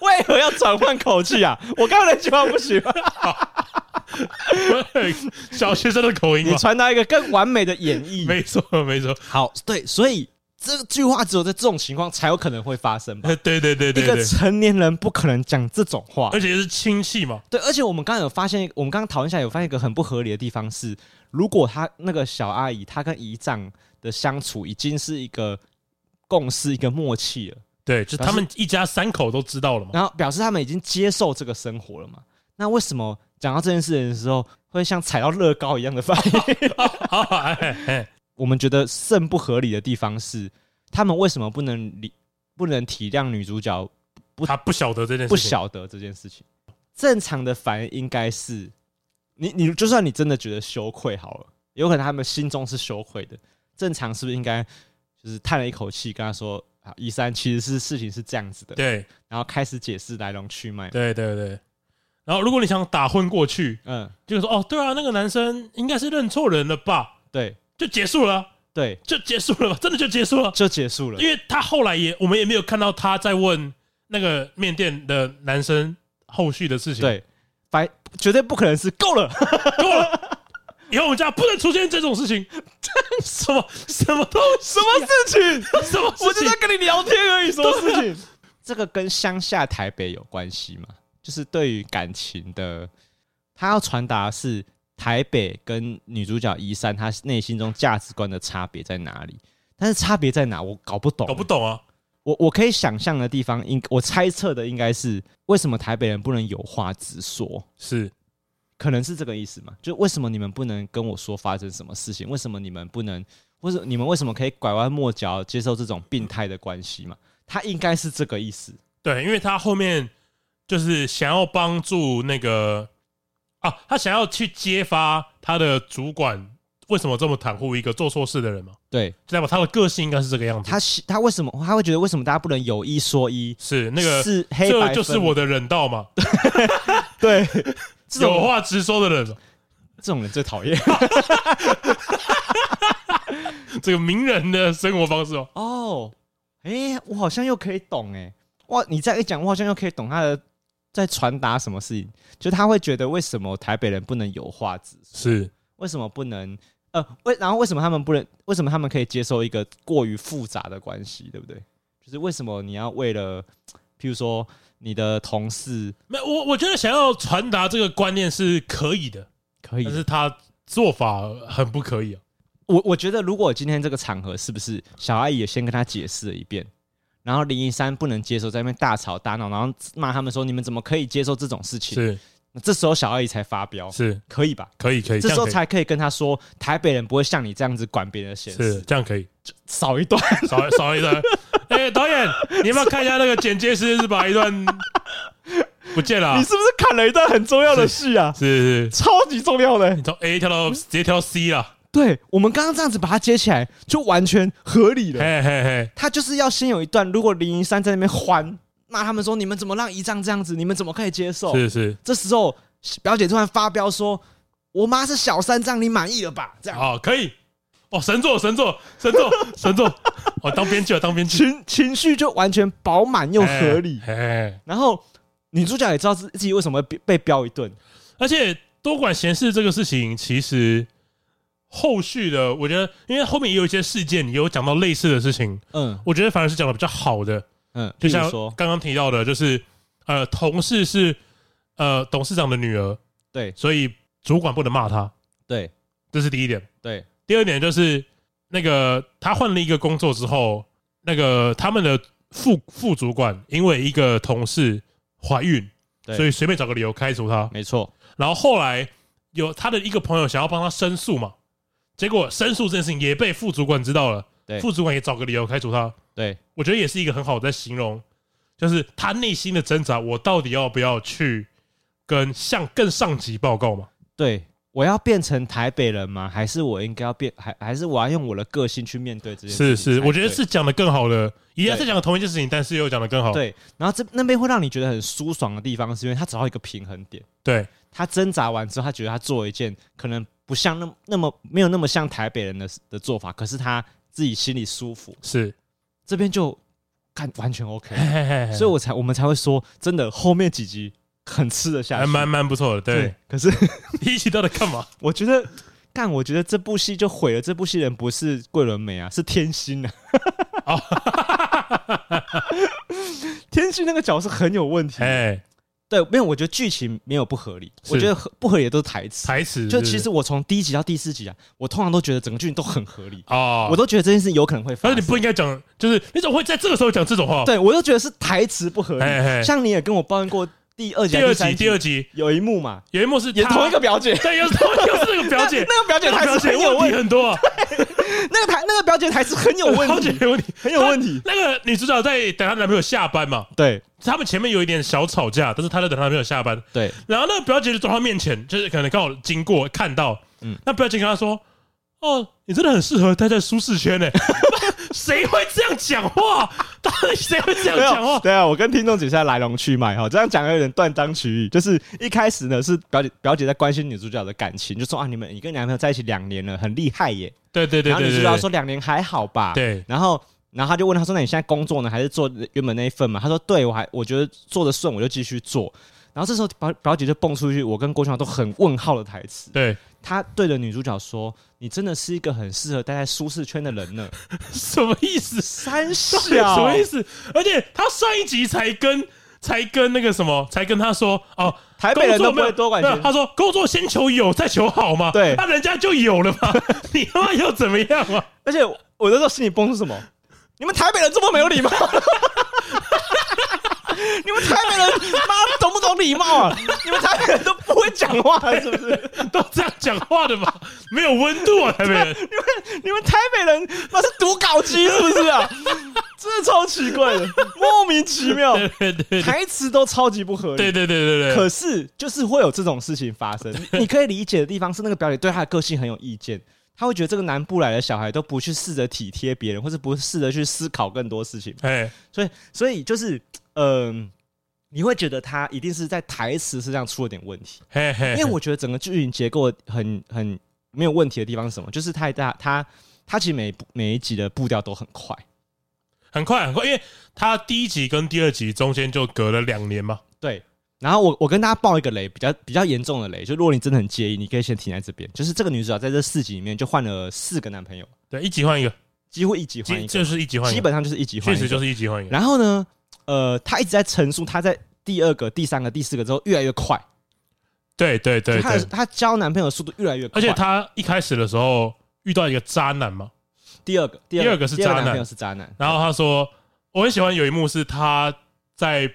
Speaker 2: 为何要转换口气啊？我刚才那句话不行吗？
Speaker 1: 小学生的口音
Speaker 2: 你
Speaker 1: 嘛，
Speaker 2: 传达一个更完美的演绎。
Speaker 1: 没错没错，
Speaker 2: 好，对，所以这句话只有在这种情况才有可能会发生吧。
Speaker 1: 对对对对
Speaker 2: 一
Speaker 1: 对
Speaker 2: 个
Speaker 1: 对，哎
Speaker 2: 成年人不可能讲这种话，
Speaker 1: 而且是亲戚嘛。
Speaker 2: 对，而且我们刚刚有发现一个，我们刚刚讨论下来有发现一个很不合理的地方是，如果他那个小阿姨她跟姨丈的相处已经是一个共识、一个默契了，
Speaker 1: 对，就他们一家三口都知道了 嘛。
Speaker 2: 然后表示他们已经接受这个生活了嘛，那为什么讲到这件事情的时候会像踩到乐高一样的反 应？
Speaker 1: 好，哎哎，
Speaker 2: 我们觉得甚不合理的地方是，他们为什么不能理、不能体谅女主角
Speaker 1: 他不晓得这件事情，
Speaker 2: 不晓得这件事情？正常的反应应该是，你你就算你真的觉得羞愧好了，有可能他们心中是羞愧的。正常是不是应该就是叹了一口气，跟他说啊，一三其实是事情是这样子的，
Speaker 1: 对
Speaker 2: 然后开始解释来龙去脉。
Speaker 1: 对对对。然后如果你想打混过去，
Speaker 2: 嗯，
Speaker 1: 就说哦，对啊，那个男生应该是认错人了吧，
Speaker 2: 对
Speaker 1: 就结束了啊，
Speaker 2: 对，
Speaker 1: 就结束了吧，真的就结束了。
Speaker 2: 就结束了。
Speaker 1: 因为他后来也，我们也没有看到他在问那个面店的男生后续的事情。，
Speaker 2: 对，白绝对不可能是够 了，
Speaker 1: 够了，以后我们家不能出现这种事 情。什么什么东西
Speaker 2: 什么事情？
Speaker 1: 什么事
Speaker 2: 我就
Speaker 1: 情
Speaker 2: 在？跟你聊天而已，什么事情？ 这个跟乡下台北有关系吗？就是对于感情的，他要传达的是台北跟女主角伊山她内心中价值观的差别在哪里？但是差别在哪？我搞不懂。
Speaker 1: 搞不懂啊！
Speaker 2: 我我可以想象的地方，应我猜测的应该是为什么台北人不能有话直说？
Speaker 1: 是
Speaker 2: 可能是这个意思嘛？就为什么你们不能跟我说发生什么事情？为什么你们不能？或者你们为什么可以拐弯抹角接受这种病态的关系嘛？他应该是这个意思。
Speaker 1: 对，因为他后面就是想要帮助那个啊，他想要去揭发他的主管为什么这么袒护一个做错事的人嘛，
Speaker 2: 对
Speaker 1: 知道吧？他的个性应该是这个样子，
Speaker 2: 他喜，他为什么他会觉得为什么大家不能有一说一？
Speaker 1: 是那个
Speaker 2: 是黑白
Speaker 1: 这
Speaker 2: 分
Speaker 1: 就是我的人道嘛，
Speaker 2: 对这
Speaker 1: 有
Speaker 2: 种
Speaker 1: 话直说的人，
Speaker 2: 这种人最讨 厌
Speaker 1: 这个名人的生活方式哦，
Speaker 2: 哦。哎、我好像又可以懂哎、哇！你再一讲，我好像又可以懂他的在传达什么事情。就他会觉得为什么台北人不能有话直说？
Speaker 1: 是
Speaker 2: 为什么不能？呃，为然后为什么他们不能？为什么他们可以接受一个过于复杂的关系，对不对？就是为什么你要为了，譬如说你的同事
Speaker 1: 没有我我觉得想要传达这个观念是可以的，
Speaker 2: 可以
Speaker 1: 但，是他做法很不可以啊，
Speaker 2: 我我觉得如果今天这个场合是不是小阿姨也先跟他解释了一遍，然后林一山不能接受，在那边大吵大闹，然后骂他们说你们怎么可以接受这种事情？
Speaker 1: 是
Speaker 2: 那这时候小阿姨才发飙，
Speaker 1: 是
Speaker 2: 可以吧？
Speaker 1: 可以可以，这
Speaker 2: 这时
Speaker 1: 样
Speaker 2: 候
Speaker 1: 可以
Speaker 2: 才可以跟他说，台北人不会像你这样子管别人的闲
Speaker 1: 是
Speaker 2: 事，
Speaker 1: 这样可以。
Speaker 2: 少一段。
Speaker 1: 少少一段。哎、导演，你要不要看一下那个剪接师是把一段不见了、
Speaker 2: 你
Speaker 1: 啊
Speaker 2: 是？不是砍了一段很重要的戏啊？
Speaker 1: 是是，
Speaker 2: 超级重要的
Speaker 1: 你。从 A 跳到直接跳到 C 了，
Speaker 2: 对我们刚刚这样子把它接起来，就完全合理了。
Speaker 1: 嘿嘿嘿，
Speaker 2: 他就是要先有一段，如果林一山在那边欢骂他们说：“你们怎么让姨丈这样子？你们怎么可以接受
Speaker 1: 是是，？”
Speaker 2: 这时候表姐突然发飙说：“我妈是小三，这样你满意了吧？”这样
Speaker 1: 好，可以。哦，神作神作神作神作，哦，当编剧了，当编剧
Speaker 2: 情情绪就完全饱满 又合理。
Speaker 1: 嘿嘿嘿
Speaker 2: 然后女主角也知道自自己为什么会被被飙一顿，
Speaker 1: 而且多管闲事这个事情，其实后续的，我觉得，因为后面也有一些事件，也有讲到类似的事情，
Speaker 2: 嗯
Speaker 1: 我觉得反而是讲的比较好的。
Speaker 2: 嗯，
Speaker 1: 就
Speaker 2: 比如
Speaker 1: 像
Speaker 2: 说
Speaker 1: 刚刚提到的，就是呃，同事是呃董事长的女儿，
Speaker 2: 对
Speaker 1: 所以主管不能骂她，
Speaker 2: 对
Speaker 1: 这是第一点。
Speaker 2: 对，
Speaker 1: 第二点就是那个他换了一个工作之后，那个他们的副副主管因为一个同事怀孕，
Speaker 2: 对
Speaker 1: 所以随便找个理由开除她。
Speaker 2: 没错，
Speaker 1: 然后后来有他的一个朋友想要帮他申诉嘛，结果申诉这件事情也被副主管知道了
Speaker 2: 对，
Speaker 1: 副主管也找个理由开除他。
Speaker 2: 对
Speaker 1: 我觉得也是一个很好在形容，就是他内心的挣扎，我到底要不要去跟向更上级报告嘛？
Speaker 2: 对，我要变成台北人吗？还是我应该要变，还还是我要用我的个性去面对这件
Speaker 1: 是
Speaker 2: 事情才对？
Speaker 1: 是，我觉得是讲的更好的，一样
Speaker 2: 对
Speaker 1: 在讲同一件事情，但是又讲的更好。
Speaker 2: 对。然后这那边会让你觉得很舒爽的地方，是因为他找到一个平衡点。
Speaker 1: 对
Speaker 2: 他挣扎完之后，他觉得他做了一件可能不像那么那么没有那么像台北人的的做法，可是他自己心里舒服，
Speaker 1: 是，
Speaker 2: 这边就干完全 OK，
Speaker 1: 嘿嘿嘿嘿
Speaker 2: 所以我才我们才会说，真的后面几集很吃得下
Speaker 1: 还
Speaker 2: 去。
Speaker 1: 蛮蛮不错的。对，，
Speaker 2: 可是
Speaker 1: 一起到底干嘛？
Speaker 2: 我觉得，干，我觉得这部戏就毁了。这部戏人不是桂纶镁啊，是天心啊。
Speaker 1: 哦
Speaker 2: 天心那个角色很有问题。
Speaker 1: 哎，
Speaker 2: 对，没有，我觉得剧情没有不合理，
Speaker 1: 是
Speaker 2: 我觉得合不合理的都是台词。
Speaker 1: 台词
Speaker 2: 就是其实我从第一集到第四集啊，我通常都觉得整个剧情都很合理，
Speaker 1: 哦，
Speaker 2: 我都觉得这件事有可能会发
Speaker 1: 但
Speaker 2: 生。
Speaker 1: 是你不应该讲，就是你怎么会在这个时候讲这种话？
Speaker 2: 对我都觉得是台词不合
Speaker 1: 嘿嘿
Speaker 2: 理。像你也跟我抱怨过第二集
Speaker 1: 哎第
Speaker 2: 还
Speaker 1: 二
Speaker 2: 是三
Speaker 1: 集，
Speaker 2: 集、
Speaker 1: 第二集
Speaker 2: 有一幕嘛，
Speaker 1: 有一幕是
Speaker 2: 也
Speaker 1: 他
Speaker 2: 同一个，表姐，，
Speaker 1: 对，又是同一个，是那个表姐
Speaker 2: 那个表姐
Speaker 1: 那
Speaker 2: 台
Speaker 1: 个
Speaker 2: 词很有
Speaker 1: 问
Speaker 2: 问
Speaker 1: 题很多 啊，
Speaker 2: 那个台那个表姐台词很有
Speaker 1: 表
Speaker 2: 问
Speaker 1: 姐
Speaker 2: 题，
Speaker 1: 有问题。
Speaker 2: 很有问题。
Speaker 1: 那个女主角在等她男朋友下班嘛，
Speaker 2: 对
Speaker 1: 他们前面有一点小吵架，但是她在等她男朋友下班，
Speaker 2: 对
Speaker 1: 然后那个表姐就走到她面前，就是可能刚好经过看到，
Speaker 2: 嗯
Speaker 1: 那表姐跟她说：“哦，你真的很适合待在舒适圈 呢、谁会这样讲话？到底谁会这样
Speaker 2: 没
Speaker 1: 讲
Speaker 2: 有，
Speaker 1: 话？
Speaker 2: 对啊，我跟听众解释一下来龙去脉哈，这样讲有点断章取义。就是一开始呢，是表姐表姐在关心女主角的感情，就说啊，你们你跟你男朋友在一起两年了，很厉害耶。
Speaker 1: 对对对
Speaker 2: 然后
Speaker 1: 对
Speaker 2: 女主
Speaker 1: 对
Speaker 2: 角
Speaker 1: 对，
Speaker 2: 说两年还好吧？。
Speaker 1: 对
Speaker 2: 然后然后他就问她说，那你现在工作呢，还是做原本那一份嘛？她说对，我还我觉得做的顺，我就继续做。然后这时候表表姐就蹦出一句我跟郭强都很问号的台词，
Speaker 1: 对，
Speaker 2: 她对着女主角说：“你真的是一个很适合待在舒适圈的 人呢。
Speaker 1: 什么意思？”
Speaker 2: 三小
Speaker 1: 什么意思？而且她上一集才跟才跟那个什么，才跟她说哦，
Speaker 2: 台北
Speaker 1: 工
Speaker 2: 人
Speaker 1: 作
Speaker 2: 都
Speaker 1: 没
Speaker 2: 不
Speaker 1: 有
Speaker 2: 会多管
Speaker 1: 没有
Speaker 2: 闲事
Speaker 1: 他说工作先求有，再求好嘛。
Speaker 2: 对
Speaker 1: 那人家就有了 嘛，你他妈要怎么样嘛？
Speaker 2: 而且我我那时候心里蹦出什么？你们台北人这么没有礼貌！你们台北人妈懂不懂礼貌啊！你们台北人都不会讲话，是不是？
Speaker 1: 都这样讲话的吧？没有温度啊，台北人。
Speaker 2: 你们台北人那是读稿机是不 是啊？真的超奇怪的，莫名其妙，
Speaker 1: 对对对
Speaker 2: 台词都超级不合理。
Speaker 1: 对对对对对，
Speaker 2: 可是就是会有这种事情发生。你可以理解的地方是，那个表姐对他的个性很有意见，他会觉得这个南部来的小孩都不去试着体贴别人，或是不试着去思考更多事情，
Speaker 1: 哎，
Speaker 2: 所以所以就是嗯、你会觉得他一定是在台词是这样出了点问题。
Speaker 1: 嘿嘿，
Speaker 2: 因为我觉得整个剧情结构很很没有问题的地方是什么？就是太大，它它其实每部每一集的步调都很快，
Speaker 1: 很快很快，因为他第一集跟第二集中间就隔了两年嘛。
Speaker 2: 对。然后我我跟大家爆一个雷，比较比较严重的雷，就如果你真的很介意，你可以先停在这边。就是这个女主角在这四集里面就换了四个男朋友，
Speaker 1: 对，一集换一个，
Speaker 2: 几乎一集换
Speaker 1: 基
Speaker 2: 一
Speaker 1: 就
Speaker 2: 个，
Speaker 1: 是一集换一个，
Speaker 2: 基本上就是一集换
Speaker 1: 确
Speaker 2: 一个。
Speaker 1: 实就是一集换一个。
Speaker 2: 然后呢，呃，她一直在陈述她在第二个、第三个、第四个之后越来越快，
Speaker 1: 对对对
Speaker 2: 就她的
Speaker 1: 对，
Speaker 2: 她交男朋友的速度越来越
Speaker 1: 而
Speaker 2: 快。
Speaker 1: 且他一开始的时候遇到一个渣男嘛，
Speaker 2: 第二个第
Speaker 1: 第二个是渣
Speaker 2: 男
Speaker 1: 男
Speaker 2: 朋友是渣男。
Speaker 1: 然后他说，我很喜欢有一幕是他在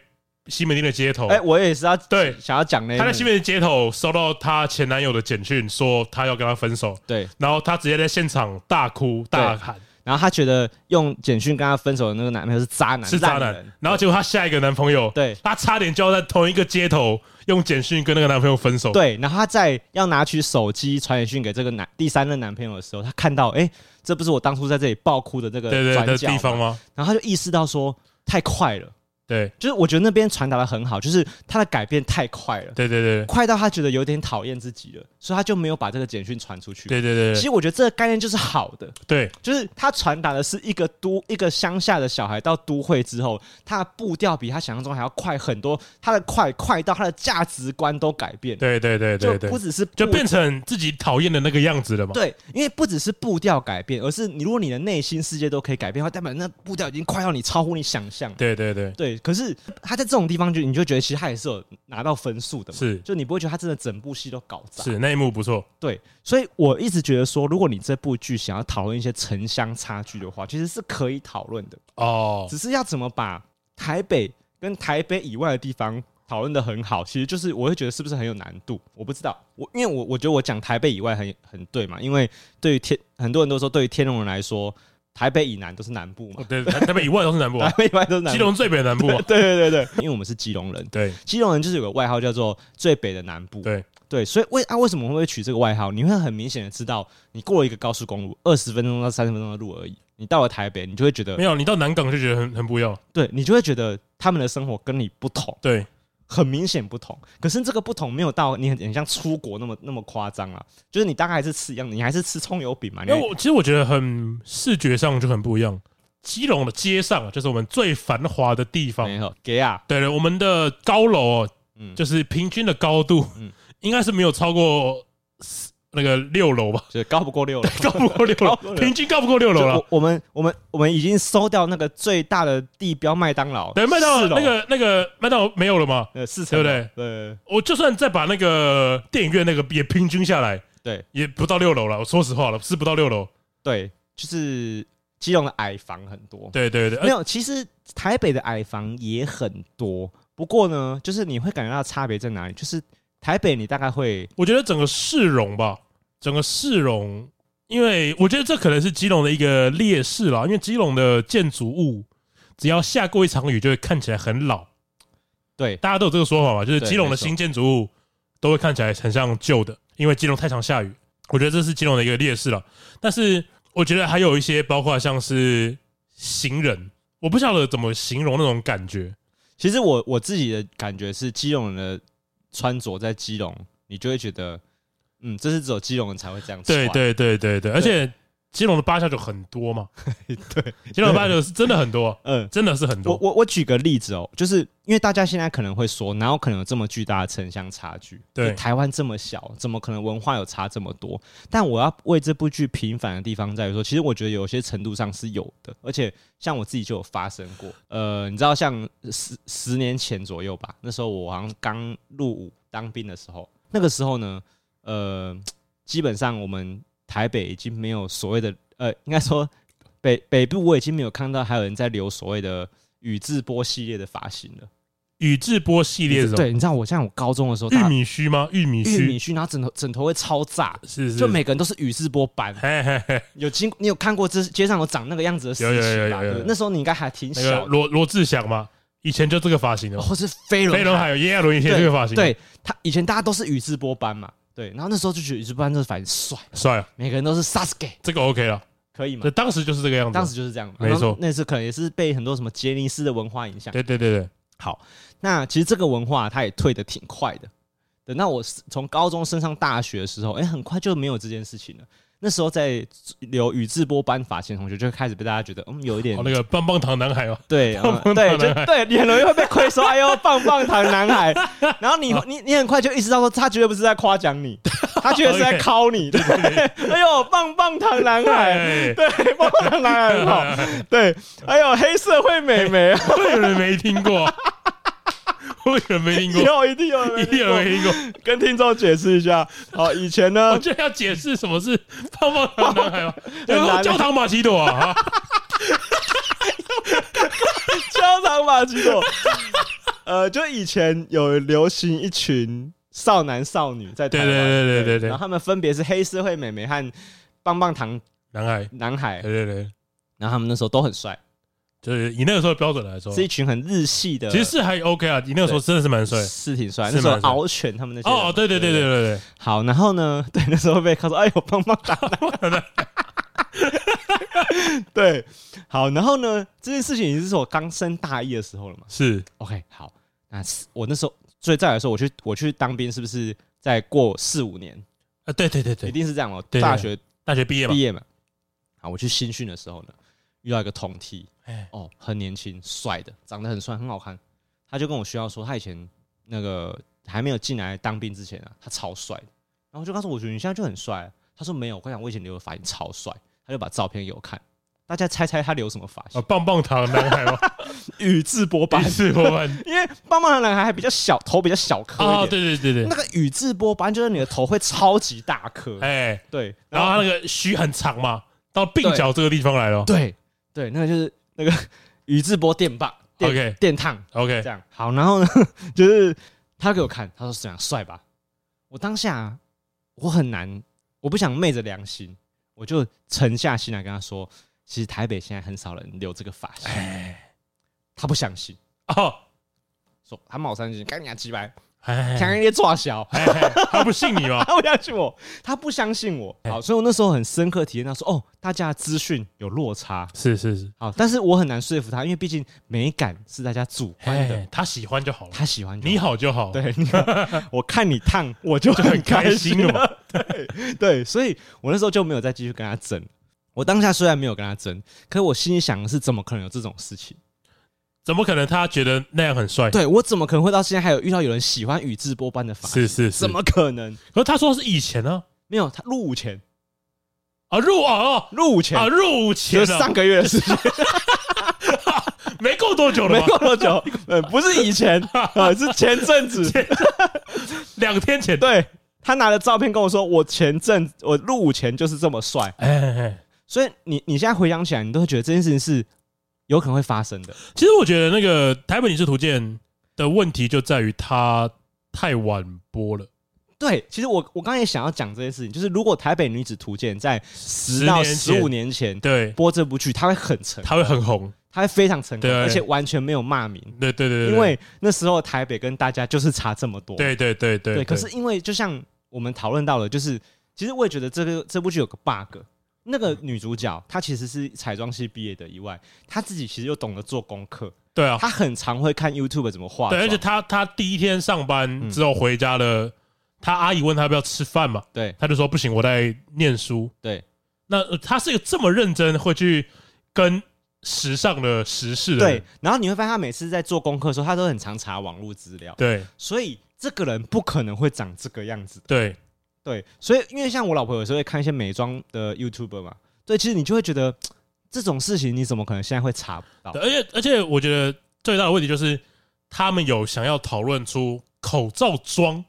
Speaker 1: 西门町的街头，
Speaker 2: 哎、我也是要
Speaker 1: 哦对
Speaker 2: 想要讲那
Speaker 1: 他在
Speaker 2: 个
Speaker 1: 西门町街头收到他前男友的简讯，说他要跟他分手，
Speaker 2: 对
Speaker 1: 然后他直接在现场大哭大喊
Speaker 2: 然后她觉得用简讯跟她分手的那个男朋友是渣男，
Speaker 1: 是渣
Speaker 2: 烂
Speaker 1: 男
Speaker 2: 人，
Speaker 1: 然后结果他下一个男朋友，
Speaker 2: 对
Speaker 1: 他差点就要在同一个街头用简讯跟那个男朋友分手，
Speaker 2: 对，然后她在要拿取手机传简讯给这个男第三任男朋友的时候，她看到哎、诶这不是我当初在这里爆哭的这个
Speaker 1: 对对
Speaker 2: 转
Speaker 1: 的
Speaker 2: 角
Speaker 1: 地方
Speaker 2: 吗？
Speaker 1: 吗？
Speaker 2: 然后她就意识到说太快了，
Speaker 1: 对
Speaker 2: 就是我觉得那边传达的很好，就是她的改变太快了，
Speaker 1: 对对对
Speaker 2: 快到她觉得有点讨厌自己了，所以她就没有把这个简讯传出去。
Speaker 1: 对对对对
Speaker 2: 其实我觉得这个概念就是好的，
Speaker 1: 对，
Speaker 2: 就是他传达的是一个都一个乡下的小孩到都会之后，他的步调比他想象中还要快很多，他的快快到他的价值观都改变，
Speaker 1: 对对对对
Speaker 2: 就
Speaker 1: 对
Speaker 2: 不，只是步
Speaker 1: 就变成自己讨厌的那个样子了嘛。
Speaker 2: 对，因为不只是步调改变，而是你如果你的内心世界都可以改变的话，代表那步调已经快到你超乎你想象。
Speaker 1: 对对对，
Speaker 2: 对，可是他在这种地方就你就觉得其实他也是有拿到分数的嘛，
Speaker 1: 是
Speaker 2: 就你不会觉得他真的整部戏都搞砸。
Speaker 1: 是那一幕不错，
Speaker 2: 对，所以我一直觉得说，如果你这部剧想要讨论一些城乡差距的话，其实是可以讨论的。
Speaker 1: 哦，
Speaker 2: 只是要怎么把台北跟台北以外的地方讨论的很好，其实就是我会觉得是不是很有难度？我不知道，我因为我我觉得我讲台北以外很很对嘛，因为对于天很多人都说对于天龙人来说，台北以南都是南部嘛，
Speaker 1: 哦对，台北以外都是南部啊
Speaker 2: 台，北以外都是南
Speaker 1: 基
Speaker 2: 部。
Speaker 1: 隆最北的南部啊，
Speaker 2: 对对对对，因为我们是基隆人，
Speaker 1: 对
Speaker 2: 基隆人就是有个外号叫做最北的南部。
Speaker 1: 对
Speaker 2: 对，所以为啊为什么会取这个外号？你会很明显的知道，你过了一个高速公路，二十分钟到三十分钟的路而已，你到了台北，你就会觉得
Speaker 1: 没，有，你到南港就觉得很很不一样，
Speaker 2: 对你就会觉得他们的生活跟你不同。
Speaker 1: 对
Speaker 2: 很明显不同，可是这个不同没有到你很很像出国那么那么夸张啊，就是你大概还是吃一样的，你还是吃葱油饼嘛，你
Speaker 1: 因为我其实我觉得很视觉上就很不一样。基隆的街上啊，就是我们最繁华的地方
Speaker 2: 没。有给啊，
Speaker 1: 对了，我们的高楼哦，
Speaker 2: 嗯，就
Speaker 1: 就是平均的高度
Speaker 2: 嗯，
Speaker 1: 应该是没有超过四那个六楼 吧，
Speaker 2: 是高不过 六了，
Speaker 1: 高不过六楼
Speaker 2: 高不过，六
Speaker 1: 平均高不过六楼
Speaker 2: 就
Speaker 1: 了
Speaker 2: 我。我们我们我们已经收掉那个最大的地标麦当劳，
Speaker 1: 对，麦当
Speaker 2: 四
Speaker 1: 劳
Speaker 2: 楼
Speaker 1: 那个那个麦当劳没有了嘛？
Speaker 2: 呃四
Speaker 1: 对
Speaker 2: 层
Speaker 1: 不
Speaker 2: 嘛，
Speaker 1: 对？
Speaker 2: 对
Speaker 1: 我就算再把那个电影院那个也平均下来，
Speaker 2: 对
Speaker 1: 也不到六楼了。我说实话了，是不到六楼。
Speaker 2: 对，就是基隆的矮房很多，
Speaker 1: 对对对，
Speaker 2: 没有，其实台北的矮房也很多，不过呢，就是你会感觉到差别在哪里，就是台北你大概会
Speaker 1: 我觉得整个市容吧，整个市容，因为我觉得这可能是基隆的一个劣势啦，因为基隆的建筑物只要下过一场雨，就会看起来很老。
Speaker 2: 对
Speaker 1: 大家都有这个说法嘛，就是
Speaker 2: 对
Speaker 1: 基隆
Speaker 2: 没
Speaker 1: 的
Speaker 2: 错
Speaker 1: 新建筑物都会看起来很像旧的，因为基隆太常下雨。我觉得这是基隆的一个劣势了。但是我觉得还有一些，包括像是行人，我不晓得怎么形容那种感觉。
Speaker 2: 其实我我自己的感觉是，基隆人的穿着在基隆，你就会觉得，嗯，这是只有基隆人才会这样穿。
Speaker 1: 对对对对对，而且基隆的八下九很多嘛，
Speaker 2: 对，
Speaker 1: 基隆的八下九是真的很多，
Speaker 2: 嗯，
Speaker 1: 真的是很
Speaker 2: 我
Speaker 1: 多。
Speaker 2: 我我举个例子哦，就是因为大家现在可能会说，哪有可能有这么巨大的城乡差距？
Speaker 1: 对
Speaker 2: 就台湾这么小，怎么可能文化有差这么多？但我要为这部剧平反的地方在于说，其实我觉得有些程度上是有的，而且像我自己就有发生过。呃，你知道，像十十年前左右吧，那时候我好像刚入伍当兵的时候，那个时候呢，呃，基本上我们台北已经没有所谓的，呃，应该说北北部我已经没有看到还有人在留所谓的宇智波系列的发型了。
Speaker 1: 宇智波系列是什么？
Speaker 2: 对，你知道我像我高中的时候，
Speaker 1: 玉
Speaker 2: 大家
Speaker 1: 米须吗？玉米
Speaker 2: 玉米
Speaker 1: 须
Speaker 2: 须，然后枕头枕头会超炸，
Speaker 1: 是是，
Speaker 2: 就每个人都是宇智波版。
Speaker 1: 嘿嘿嘿，
Speaker 2: 有经你有看过这街上有长那个样子的事
Speaker 1: 有有有
Speaker 2: 情
Speaker 1: 有
Speaker 2: 吧？
Speaker 1: 有
Speaker 2: 对不对那时候你应该还挺
Speaker 1: 那个
Speaker 2: 小的，
Speaker 1: 罗罗志祥嘛，以前就这个发型哦，
Speaker 2: 或是飞 轮
Speaker 1: 飞轮海有炎亚纶以前这个发型，
Speaker 2: 对他以前大家都是宇智波斑嘛，对，然后那时候就觉得宇智波斑这个反正帅，
Speaker 1: 帅啊，
Speaker 2: 每个人都是 Sasuke，
Speaker 1: 这个 OK 了，
Speaker 2: 可以吗
Speaker 1: 这？当时就是这个样子，
Speaker 2: 嗯当时就是这样嘛，
Speaker 1: 没错
Speaker 2: 然后那次可能也是被很多什么杰尼斯的文化影响。
Speaker 1: 对对对对，
Speaker 2: 好，那其实这个文化它也退的挺快的。等到我是从高中升上大学的时候，哎、很快就没有这件事情了。那时候在留宇智波斑发型的同学就开始被大家觉得，嗯，有一点
Speaker 1: 哦那个棒棒糖男孩嘛，
Speaker 2: 对，
Speaker 1: 棒棒糖
Speaker 2: 嗯对，
Speaker 1: 男
Speaker 2: 就
Speaker 1: 孩
Speaker 2: 对，你很容易会被亏说，哎呦，棒棒糖男孩。然后你
Speaker 1: 哦
Speaker 2: 你你很快就意识到说，他绝对不是在夸奖你，他绝对是 在
Speaker 1: Okay
Speaker 2: 敲你。对，哎呦，棒棒糖男孩，
Speaker 1: 哎，
Speaker 2: 对，棒棒糖男孩很好。 对，哎呦，黑社会啊美眉，
Speaker 1: 会有人没听过？ 会有人没听
Speaker 2: 以
Speaker 1: 过？
Speaker 2: 后一定有人
Speaker 1: 哎一定有人没听过？
Speaker 2: 跟听众解释一下。好，以前
Speaker 1: 我
Speaker 2: 呢，
Speaker 1: 就要解释什么是 棒棒糖男 孩吗？哎然
Speaker 2: 难
Speaker 1: 后
Speaker 2: 欸
Speaker 1: 焦糖玛奇朵啊， 哈
Speaker 2: 敲长马吉朵， 呃，就以前有流行一群少男少女在台
Speaker 1: 对
Speaker 2: 湾，
Speaker 1: 对对对对
Speaker 2: 然
Speaker 1: 对
Speaker 2: 后，他们分别是黑社会美眉和棒棒糖
Speaker 1: 男孩，
Speaker 2: 男孩
Speaker 1: 对，对对，
Speaker 2: 然后他们那时候都很帅，
Speaker 1: 就是以那个时候的标准来说，
Speaker 2: 是一群很日系的，
Speaker 1: 其实是还 OK 啊，你那个时候真的是蛮帅。
Speaker 2: 是挺帅。
Speaker 1: 是
Speaker 2: 那时候
Speaker 1: 蛮帅
Speaker 2: 敖犬他们那些人
Speaker 1: 哦，对对对对对对，
Speaker 2: 好，然后呢，对，那时候被他说，哎呦，棒棒糖， 对，好，然后呢，这件事情已经是我刚升大一的时候了嘛。
Speaker 1: 是
Speaker 2: OK，好，那是我那时候，所以再来说，我去我去当兵，是不是再过四五年，
Speaker 1: 啊，对对对
Speaker 2: 一
Speaker 1: 对，
Speaker 2: 定是这样哦？
Speaker 1: 对对
Speaker 2: 大学
Speaker 1: 大学毕业嘛
Speaker 2: 毕，业嘛，好，我去新训的时候呢，遇到一个同梯
Speaker 1: 哎，
Speaker 2: 哦，很年轻，帅的，长得很帅，很好看。他就跟我炫耀说，他以前那个还没有进来当兵之前啊，他超帅的。然后我就告诉我，我觉得你现在就很帅啊。他说没有，我跟你讲，我以前留的发型超帅。他就把照片给我看，大家猜猜他留什么发
Speaker 1: 啊，
Speaker 2: 型？
Speaker 1: 棒棒糖男孩 嘛，
Speaker 2: 宇智波斑
Speaker 1: 一，次我们
Speaker 2: 因为棒棒糖男孩还比较小，头比较小颗一
Speaker 1: 啊，
Speaker 2: 点。
Speaker 1: 对对对对
Speaker 2: 那，个宇智波斑就是你的头会超级大颗，
Speaker 1: 哎，
Speaker 2: 对，
Speaker 1: 然后他那个须很长嘛，到鬓角这个地方来了
Speaker 2: 对对，那个就是那个 宇智波电棒电
Speaker 1: OK
Speaker 2: 电烫
Speaker 1: ，OK，
Speaker 2: 这样。好，然后呢， 就是他给我看，他说怎样帅吧？我当下啊我很难，我不想昧着良心，我就沉下心来跟他说，其实台北现在很少人留这个发型。
Speaker 1: 哎，
Speaker 2: 他不相信，
Speaker 1: 哦，
Speaker 2: 说他冒三斤，干你啊鸡掰，
Speaker 1: 哎，
Speaker 2: 强烈抓小。
Speaker 1: 哎哎他不信你吗？
Speaker 2: 他不相信我，他不相信我。好，哎所以我那时候很深刻体验到说，哦，大家的资讯有落差。
Speaker 1: 是是是，
Speaker 2: 好，但是我很难说服他，因为毕竟美感是大家主观的
Speaker 1: 哎，，他喜欢就好了，
Speaker 2: 他喜欢就
Speaker 1: 你好就好，
Speaker 2: 对， 你看我看你烫，我就很开心
Speaker 1: 就很开心了嘛
Speaker 2: 了。对 对，所以我那时候就没有再继续跟他争。我当下虽然没有跟他争，可我心里想的是，怎么可能有这种事情？
Speaker 1: 怎么可能他觉得那样很帅？
Speaker 2: 对我怎么可能会到现在还有遇到有人喜欢宇智波斑的发型？
Speaker 1: 是是是
Speaker 2: 怎，么可能？
Speaker 1: 可是他说是以前呢，
Speaker 2: 没有，他入伍前，
Speaker 1: 啊入哦
Speaker 2: 入伍
Speaker 1: 哦
Speaker 2: 前，
Speaker 1: 啊入伍
Speaker 2: 就
Speaker 1: 前
Speaker 2: 是
Speaker 1: 啊
Speaker 2: 上，个月的事情。
Speaker 1: 没过多久了
Speaker 2: 没
Speaker 1: 吧？
Speaker 2: 过多久，呃，不是以前，呃，是前阵子。
Speaker 1: 两天前，
Speaker 2: 对他拿了照片跟我说，我前阵我入伍前就是这么帅，
Speaker 1: 哎哎，哎
Speaker 2: 所以你你现在回想起来，你都会觉得这件事情是有可能会发生的。
Speaker 1: 其实我觉得那个台北影视图鉴的问题就在于它太晚播了，
Speaker 2: 对，其实我我刚才也想要讲这件事情，就是如果《台北女子图鉴》在十
Speaker 1: 10
Speaker 2: 到
Speaker 1: 年
Speaker 2: 十
Speaker 1: 前
Speaker 2: 五年前
Speaker 1: 对，
Speaker 2: 播这部剧，它会很成，
Speaker 1: 它会很红，
Speaker 2: 它会非常成功，
Speaker 1: 对
Speaker 2: 而且完全没有骂名，
Speaker 1: 对对对对，
Speaker 2: 因为那时候台北跟大家就是差这么多。
Speaker 1: 对对对对
Speaker 2: 对，可是因为就像我们讨论到了，就是其实我也觉得这个这部剧有个 bug。那
Speaker 1: 嗯
Speaker 2: 个女主角她其实是彩妆系毕业的，以外她自己其实又懂得做功课，
Speaker 1: 对啊，
Speaker 2: 她很常会看 YouTube 怎么化
Speaker 1: 对，
Speaker 2: 妆，
Speaker 1: 而且他他第一天上
Speaker 2: 嗯
Speaker 1: 班之后回家了，他阿姨问他要不要吃饭嘛，
Speaker 2: 对
Speaker 1: 他就说不行，我在念书。
Speaker 2: 对
Speaker 1: 那呃他是一个这么认真会去跟时尚的时事的
Speaker 2: 对
Speaker 1: 人，，
Speaker 2: 然后你会发现她每次在做功课的时候，她都很常查网络资料，
Speaker 1: 对
Speaker 2: 所以这个人不可能会长这个样子的。
Speaker 1: 对
Speaker 2: 对，所以因为像我老婆有时候会看一些美妆的 YouTube 嘛，对，其实你就会觉得这种事情你怎么可能现在会查不到
Speaker 1: 对，？而且而且我觉得最大的问题就是他们有想要讨论出口罩妆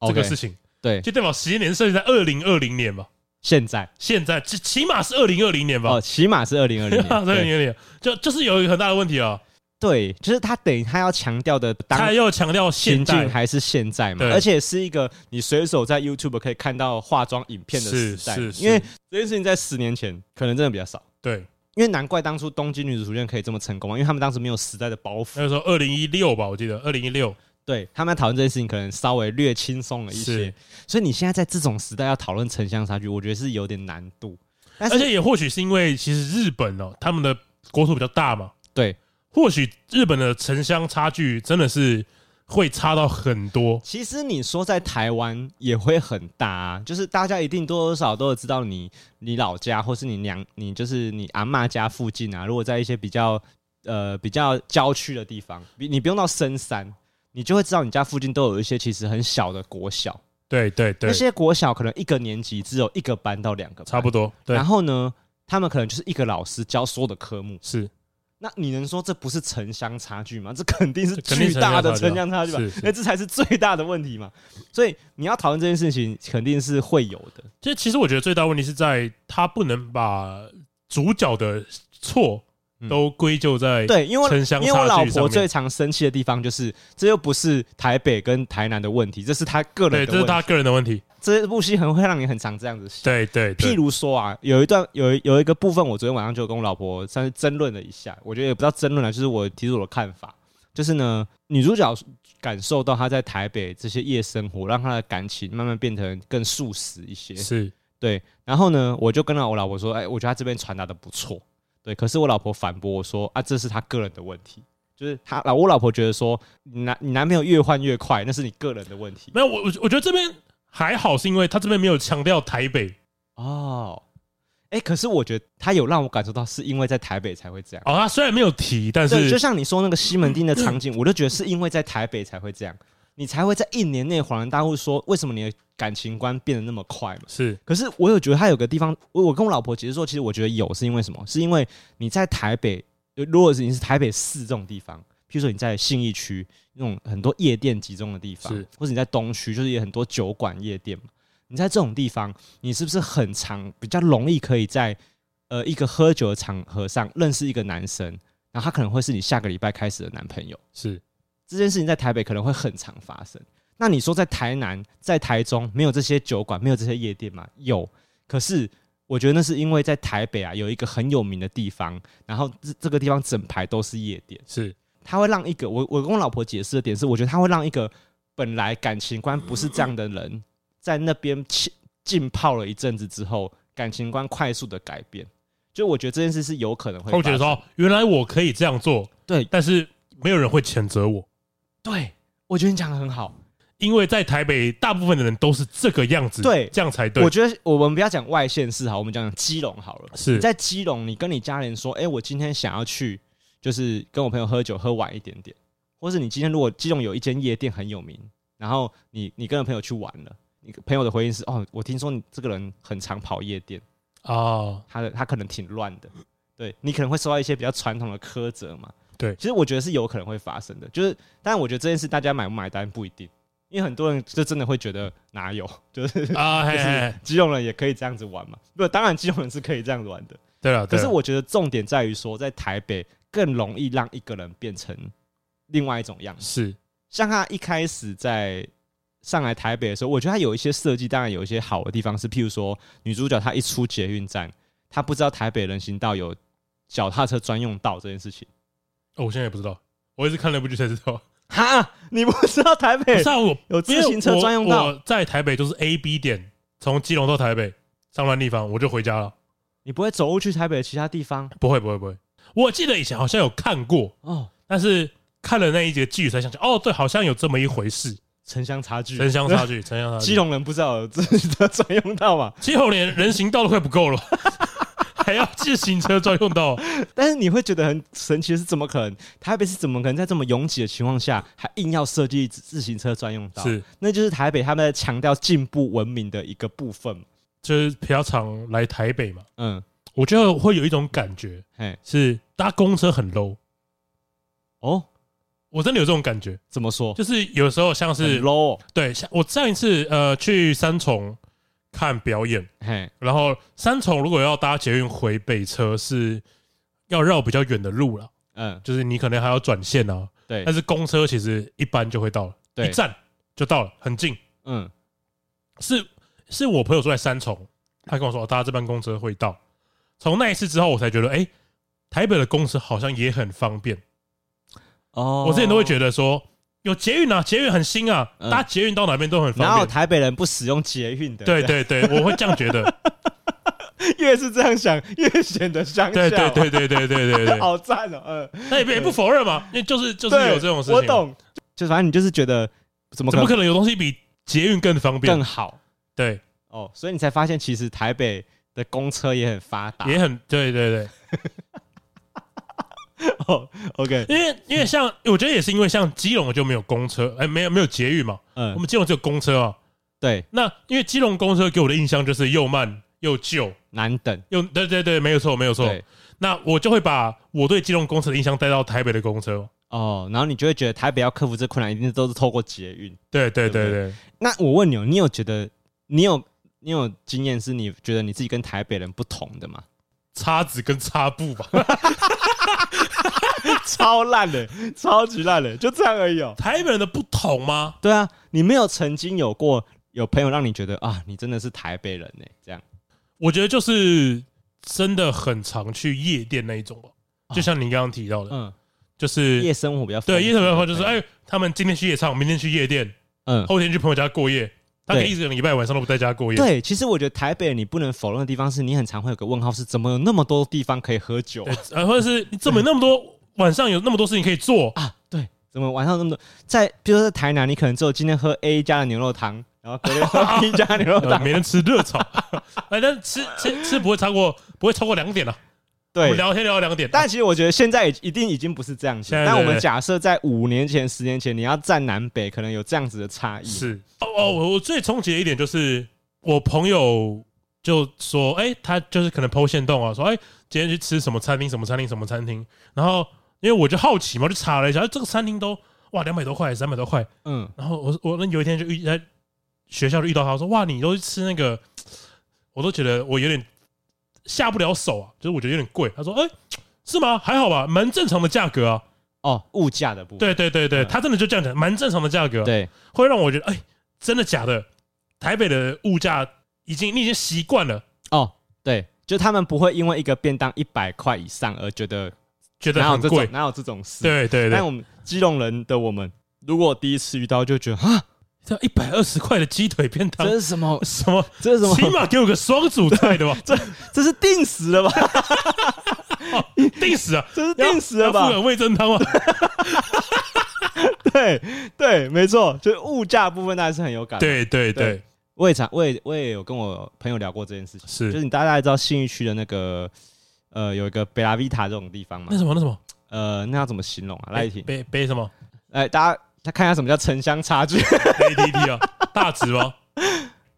Speaker 1: 这个
Speaker 2: OK，
Speaker 1: 事情。
Speaker 2: 对，
Speaker 1: 就代表时间年设定在二零二零年吧，
Speaker 2: 现在
Speaker 1: 现在起起码是二零二零年吧
Speaker 2: 哦哦，，起码是二零二零
Speaker 1: 二
Speaker 2: 年，
Speaker 1: 零二
Speaker 2: 对
Speaker 1: 零年就就是有一个很大的问题啊，
Speaker 2: 对，就是他等于他要强调的当
Speaker 1: 他又强调现
Speaker 2: 情境
Speaker 1: 代，
Speaker 2: 还是现在嘛，
Speaker 1: 对
Speaker 2: 而且是一个你随手在 YouTube 可以看到化妆影片的时
Speaker 1: 是
Speaker 2: 代，
Speaker 1: 是是
Speaker 2: 因为这件事情在十年前可能真的比较少。
Speaker 1: 对，
Speaker 2: 因为难怪当初东京女子图鉴可以这么成功嘛，因为他们当时没有时代的包袱，
Speaker 1: 那个时候二零一六吧，我记得二零一六
Speaker 2: 对他们在讨论这件事情可能稍微略轻松了一些
Speaker 1: 是。，
Speaker 2: 所以你现在在这种时代要讨论城乡差距，我觉得是有点难度。但
Speaker 1: 而
Speaker 2: 是
Speaker 1: 且也或许是因为其实日本哦，他们的国土比较大嘛，
Speaker 2: 对，
Speaker 1: 或许日本的城乡差距真的是会差到很多，
Speaker 2: 其实你说在台湾也会很大、啊，就是大家一定多多少少都有知道你你老家或是你娘你就是你阿嬷家附近啊，如果在一些比较呃比较郊区的地方，你你不用到深山，你就会知道你家附近都有一些其实很小的国小，
Speaker 1: 对对对
Speaker 2: 那，些国小可能一个年级只有一个班到两个班，
Speaker 1: 差不多，对
Speaker 2: 然，后呢，他们可能就是一个老师教所有的科目，
Speaker 1: 是
Speaker 2: 那你能说这不是城乡差距吗？这肯定是
Speaker 1: 肯定
Speaker 2: 巨大的城
Speaker 1: 城
Speaker 2: 乡
Speaker 1: 乡
Speaker 2: 差
Speaker 1: 差
Speaker 2: 距
Speaker 1: 距
Speaker 2: 吧
Speaker 1: 啊是？是
Speaker 2: 那这才是最大的问题嘛。所以你要讨论这件事情，肯定是会有的。
Speaker 1: 其实，其实我觉得最大问题是在他不能把主角的错都归咎在
Speaker 2: 对，因为我
Speaker 1: 城乡
Speaker 2: 因为我
Speaker 1: 差
Speaker 2: 老
Speaker 1: 距上
Speaker 2: 婆最
Speaker 1: 面。
Speaker 2: 常生气的地方就是，这又不是台北跟台南的问题，这是她个人
Speaker 1: 对，
Speaker 2: 的
Speaker 1: 这是
Speaker 2: 问题。
Speaker 1: 他个人的问题。
Speaker 2: 这部戏很会让你很常这样子想。
Speaker 1: 对对
Speaker 2: 譬
Speaker 1: 对，
Speaker 2: 如说啊，有一段有一有一个部分，我昨天晚上就跟我老婆算是争论了一下，我觉得也不知道争论了，就是我提出我的看法，就是呢，女主角感受到她在台北这些夜生活，让她的感情慢慢变成更素食一些。
Speaker 1: 是
Speaker 2: 对，然后呢，我就跟了我老婆说，哎，我觉得她这边传达的不错，对，可是我老婆反驳我说，啊，这是她个人的问题。就是她老我老婆觉得说，你男你男朋友越换越快，那是你个人的问题
Speaker 1: 没有我，我我觉得这边还好，是因为他这边没有强调台北。
Speaker 2: 哦。哎、可是我觉得她有让我感受到，是因为在台北才会这样。
Speaker 1: 哦，他虽然没有提，但嗯
Speaker 2: 对，就是像你说那个西门町的场景，我就觉得是因为在台北才会这样，你才会在一年内恍然大悟，说为什么你的感情观变得那么快嘛。
Speaker 1: 是
Speaker 2: 可是我有觉得他有个地方，我我跟我老婆解释说，其实我觉得有是因为什么？是因为你在台北，呃如果是你是台北市这种地方，譬如说你在信义区那种很多夜店集中的地方
Speaker 1: 是，
Speaker 2: 或者你在东区，就是也很多酒馆夜店嘛。你在这种地方，你是不是很常比较容易可以在呃一个喝酒的场合上认识一个男生，然后他可能会是你下个礼拜开始的男朋友？
Speaker 1: 是，
Speaker 2: 这件事情在台北可能会很常发生。那你说在台南、在台中没有这些酒馆、没有这些夜店吗？有，可是我觉得那是因为在台北啊有一个很有名的地方，然后这这个地方整排都是夜店，
Speaker 1: 是
Speaker 2: 它会让一个我我跟我老婆解释的点是，我觉得它会让一个本来感情观不是这样的人，在那边浸浸泡了一阵子之后，感情观快速的改变。就我觉得这件事是有可能会
Speaker 1: 他会觉得
Speaker 2: 发生
Speaker 1: 说，哦原来我可以这样做，
Speaker 2: 对
Speaker 1: 但是没有人会谴责我，
Speaker 2: 对，我觉得你讲的很好。
Speaker 1: 因为在台北大部分的人都是这个样子，
Speaker 2: 对
Speaker 1: 这样才对
Speaker 2: 我。觉得我们不要讲外县市好，我们讲讲基隆好了。
Speaker 1: 是
Speaker 2: 你在基隆，你跟你家人说，哎、我今天想要去，就是跟我朋友喝酒，喝晚一点点，或是你今天如果基隆有一间夜店很有名，然后你你跟了朋友去玩了，你朋友的回应是，哦，我听说你这个人很常跑夜店，
Speaker 1: 哦，
Speaker 2: 他的他可能挺乱的，对你可能会受到一些比较传统的苛责嘛。
Speaker 1: 对
Speaker 2: 其实我觉得是有可能会发生的，就是，但我觉得这件事大家买不买单不一定，因为很多人就真的会觉得哪有，就是
Speaker 1: 啊，嘿 嘿
Speaker 2: 就是
Speaker 1: 嘿，
Speaker 2: 基隆人也可以这样子玩嘛。不，当然基隆人是可以这样子玩的。
Speaker 1: 对了，
Speaker 2: 可
Speaker 1: 对
Speaker 2: 是
Speaker 1: 了
Speaker 2: 我觉得重点在于说，在台北更容易让一个人变成另外一种样子。
Speaker 1: 是
Speaker 2: 像他一开始在上来台北的时候，我觉得他有一些设计，当然有一些好的地方是，譬如说女主角她一出捷运站，她不知道台北人行道有脚踏车专用道这件事情。
Speaker 1: 哦，我现在也不知道，我一直看那部剧才知 道。
Speaker 2: 哈，你不知道台
Speaker 1: 不
Speaker 2: 北
Speaker 1: 是啊，我
Speaker 2: 有自行车
Speaker 1: 因为我
Speaker 2: 专用道
Speaker 1: 我在台北就是 A B 点，从基隆到台北上班地方，我就回家了。
Speaker 2: 你不会走路去台北的其他地方
Speaker 1: 不会，不会，不会。我记得以前好像有看过，
Speaker 2: 哦，
Speaker 1: 但是看了那一节剧才想起，哦，对，好像有这么一回事。
Speaker 2: 城乡差距，
Speaker 1: 城乡差距，城乡差距。
Speaker 2: 基隆人不知道有自行车专用道嘛？
Speaker 1: 基隆连人行道都快不够了， 还要自行车专用道。
Speaker 2: 但是你会觉得很神奇的是，怎么可能台北是怎么可能在这么拥挤的情况下，还硬要设计自自行车专用道？
Speaker 1: 是，
Speaker 2: 那就是台北他们在强调进步文明的一个部分嘛。
Speaker 1: 就是比较常来台北嘛，
Speaker 2: 嗯，
Speaker 1: 我觉得会有一种感觉
Speaker 2: 嘿，
Speaker 1: 是搭公车很 low，
Speaker 2: 哦，
Speaker 1: 我真的有这种感觉，
Speaker 2: 怎么说？
Speaker 1: 就是有时候像
Speaker 2: 很
Speaker 1: 是
Speaker 2: low，哦
Speaker 1: 对，像我上一次呃去三重看表演，
Speaker 2: 嘿，
Speaker 1: 然后三重如果要搭捷运回北车是要绕比较远的路了，
Speaker 2: 嗯，
Speaker 1: 就是你可能还要转线啊，
Speaker 2: 对
Speaker 1: 但，是公车其实一般就会到了，
Speaker 2: 对
Speaker 1: 一站就到了，很近。
Speaker 2: 嗯
Speaker 1: 是是我朋友住在三重，他跟我说，哦，大家这班公车会到。从那一次之后，我才觉得，哎、台北的公车好像也很方便。
Speaker 2: 哦
Speaker 1: 我之前都会觉
Speaker 2: 得，
Speaker 1: 得说，有捷运啊，捷运很新啊，
Speaker 2: 嗯
Speaker 1: 搭捷运到哪边都很
Speaker 2: 哦然
Speaker 1: 方
Speaker 2: 后
Speaker 1: 便。
Speaker 2: 台北人不使用捷运的，
Speaker 1: 对，对对，我会这样觉得。
Speaker 2: 越是这样想， 越显得乡下
Speaker 1: 对
Speaker 2: 嘛，
Speaker 1: 对对对对对对对，
Speaker 2: 好赞 哦，嗯，
Speaker 1: 那也不也不否认嘛，因为就是就是
Speaker 2: 对
Speaker 1: 有这种事情。
Speaker 2: 我，懂，就反正你就是觉得怎么
Speaker 1: 怎么
Speaker 2: 可能
Speaker 1: 可能有东西比捷运更方便
Speaker 2: 更？好
Speaker 1: 对，
Speaker 2: 哦，所以你才发现其实台北的公车也很发达，
Speaker 1: 也很对对对。
Speaker 2: 哦，OK，
Speaker 1: 因为因为像我觉得也是因为像基隆就没有公车，哎，没有没有捷运嘛，我
Speaker 2: 嗯，
Speaker 1: 们基隆只有公车啊。
Speaker 2: 对，
Speaker 1: 那因为基隆公车给我的印象就是又慢又旧
Speaker 2: 难等，
Speaker 1: 又对对对，没有错没有错。
Speaker 2: 对，
Speaker 1: 那我就会把我对基隆公车的印象带到台北的公车。
Speaker 2: 哦，然后你就会觉得台北要克服这困难，一定都是透过捷运。
Speaker 1: 对对
Speaker 2: 对
Speaker 1: 对
Speaker 2: 不对
Speaker 1: 对，
Speaker 2: 那我问你哦，你有觉得你有你有经验是你觉得你自己跟台北人不同的吗？
Speaker 1: 叉子跟擦布吧。
Speaker 2: 超烂的，超级烂的，就这样而已哦。
Speaker 1: 台北人的不同吗？
Speaker 2: 对啊，你没有曾经有过有朋友让你觉得啊，你真的是台北人呢、这样
Speaker 1: 我觉得就是真的很常去夜店那一种吧，就像你刚刚提到的，
Speaker 2: 啊嗯，
Speaker 1: 就是
Speaker 2: 夜生活比较丰富
Speaker 1: 对夜场的话，就是
Speaker 2: 对
Speaker 1: 哎，他们今天去夜唱，明天去夜店，
Speaker 2: 嗯。
Speaker 1: 后天去朋友家过夜，他可以
Speaker 2: 对
Speaker 1: 一整个礼拜晚上都不在家过夜。
Speaker 2: 对，其实我觉得台北人你不能否认的地方是你很常会有个问号是，怎么有那么多地方可以喝酒啊
Speaker 1: 对，呃，或者是你怎么有那么多晚上有那么多事情可以 做？
Speaker 2: 啊？对，怎么晚上那么多？在比如说在台南，你可能只有今天喝 A 家的牛肉汤，然后隔天喝 B 家的牛肉
Speaker 1: 呃，
Speaker 2: 汤，
Speaker 1: 每天吃热 炒，哎，但吃吃吃不会超过不会超过两点了。我
Speaker 2: 对
Speaker 1: 们，聊天聊到两点，
Speaker 2: 但其实我觉得现在已一定已经不是这样子
Speaker 1: 现在。
Speaker 2: 但我
Speaker 1: 对
Speaker 2: 们
Speaker 1: 对
Speaker 2: 假设在五年前、十年前，你要站南北，可能有这样子的差异。
Speaker 1: 是哦哦，我我最冲击的一点就是我朋友就说，哎、他就是可能剖线动啊，说，哎、今天去吃什么餐厅，什么餐厅，什么餐厅，然后因为我就好奇嘛，我就查了一下，哎这个餐厅都哇两百多块，三百多块，
Speaker 2: 嗯，
Speaker 1: 然后我我那有一天就遇在学校就遇到他，我说，哇，你都去吃那个，我都觉得我有点下不了手啊，就是我觉得有点贵，他说，哎、是吗？还好吧，蛮正常的价格啊。
Speaker 2: 哦，物价的部分。
Speaker 1: 对对对对，
Speaker 2: 嗯
Speaker 1: 他真的就这样讲，蛮正常的价格、啊。
Speaker 2: 对
Speaker 1: 会让我觉得，哎、真的假的？台北的物价已经你已经习惯了，
Speaker 2: 哦，对，就他们不会因为一个便当一百块以上而觉得
Speaker 1: 觉得
Speaker 2: 哪有
Speaker 1: 很
Speaker 2: 这
Speaker 1: 贵
Speaker 2: 种。哪有这种事。，
Speaker 1: 对对
Speaker 2: 但
Speaker 1: 对，
Speaker 2: 我们基隆人的我们，如果第一次遇到就觉得啊，
Speaker 1: 这一百二十块的鸡腿便当
Speaker 2: 这，是什么？
Speaker 1: 什么？
Speaker 2: 这是什
Speaker 1: 起
Speaker 2: 么？
Speaker 1: 码给我个双主菜的吧，
Speaker 2: 这是定时的吧？
Speaker 1: 定时啊，
Speaker 2: 这是定时的
Speaker 1: 要
Speaker 2: 吧
Speaker 1: 付？点味增 汤啊。
Speaker 2: 对对，没错，就是物价部分大家是很有感。，
Speaker 1: 对对对
Speaker 2: 对，我也常，我也我也有跟我朋友聊过这件事情。就是是你大家知道信义区的那个呃有一个贝拉维塔这种地方嘛
Speaker 1: 那，什么那什么
Speaker 2: 呃，那要怎么形容啊？来一题，
Speaker 1: 背背什么
Speaker 2: 来大家来看一下什么叫城乡差距，
Speaker 1: ADD 啊，大直吗？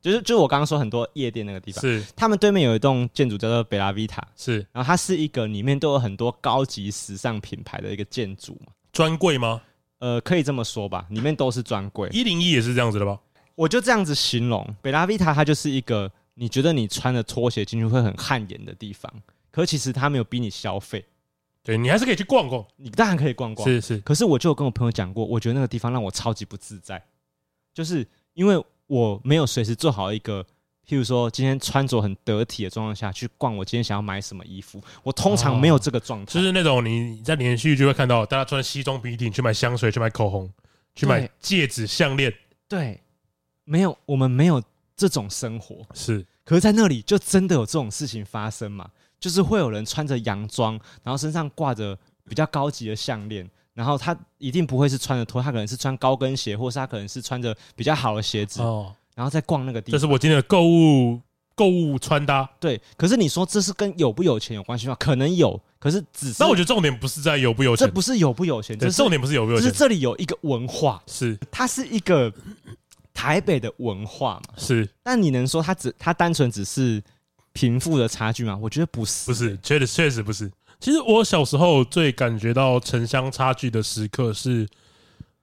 Speaker 2: 就是就是我刚刚说很多夜店那个地方，
Speaker 1: 是
Speaker 2: 他们对面有一栋建筑叫做贝拉维塔，
Speaker 1: 是
Speaker 2: 然后它是一个里面都有很多高级时尚品牌的一个建筑嘛，
Speaker 1: 专柜吗？
Speaker 2: 呃，可以这么说吧，里面都是专柜。
Speaker 1: 一零一也是这样子的吧？
Speaker 2: 我就这样子形容，贝拉维塔它就是一个你觉得你穿着拖鞋进去会很汗颜的地方，可其实它没有逼你消费，
Speaker 1: 对你还是可以去逛逛。
Speaker 2: 你当然可以逛逛，
Speaker 1: 是是
Speaker 2: 可是我就有跟我朋友讲过，我觉得那个地方让我超级不自在，就是因为我没有随时做好一个，譬如说今天穿着很得体的状况下去逛，我今天想要买什么衣服，我通常没有这个状态。
Speaker 1: 就是那种你在连续剧会看到，大家穿西装笔挺去买香水、去买口红、去买
Speaker 2: 对
Speaker 1: 戒指、项链，
Speaker 2: 对，没有，我们没有这种生活。
Speaker 1: 是
Speaker 2: 可是，在那里就真的有这种事情发生嘛？就是会有人穿着洋装，然后身上挂着比较高级的项链，然后他一定不会是穿着拖，他可能是穿高跟鞋，或是他可能是穿着比较好的鞋子，
Speaker 1: 哦。
Speaker 2: 然后再逛那个地
Speaker 1: 这
Speaker 2: 方。
Speaker 1: 是我今天的购物购物穿搭。
Speaker 2: 对，可是你说这是跟有不有钱有关系吗？可能有，可是只是
Speaker 1: 那我觉得重点不是在有不有
Speaker 2: 这
Speaker 1: 钱，
Speaker 2: 不是有不有钱，
Speaker 1: 对
Speaker 2: 这是
Speaker 1: 重点不是有没有
Speaker 2: 只是
Speaker 1: 钱，
Speaker 2: 这里有一个文化，
Speaker 1: 是
Speaker 2: 它是一个台北的文化嘛。
Speaker 1: 是
Speaker 2: 但你能说它只它单纯只是贫富的差距吗？我觉得不是，
Speaker 1: 不是？确实确实不是。其实我小时候最感觉到城乡差距的时刻，是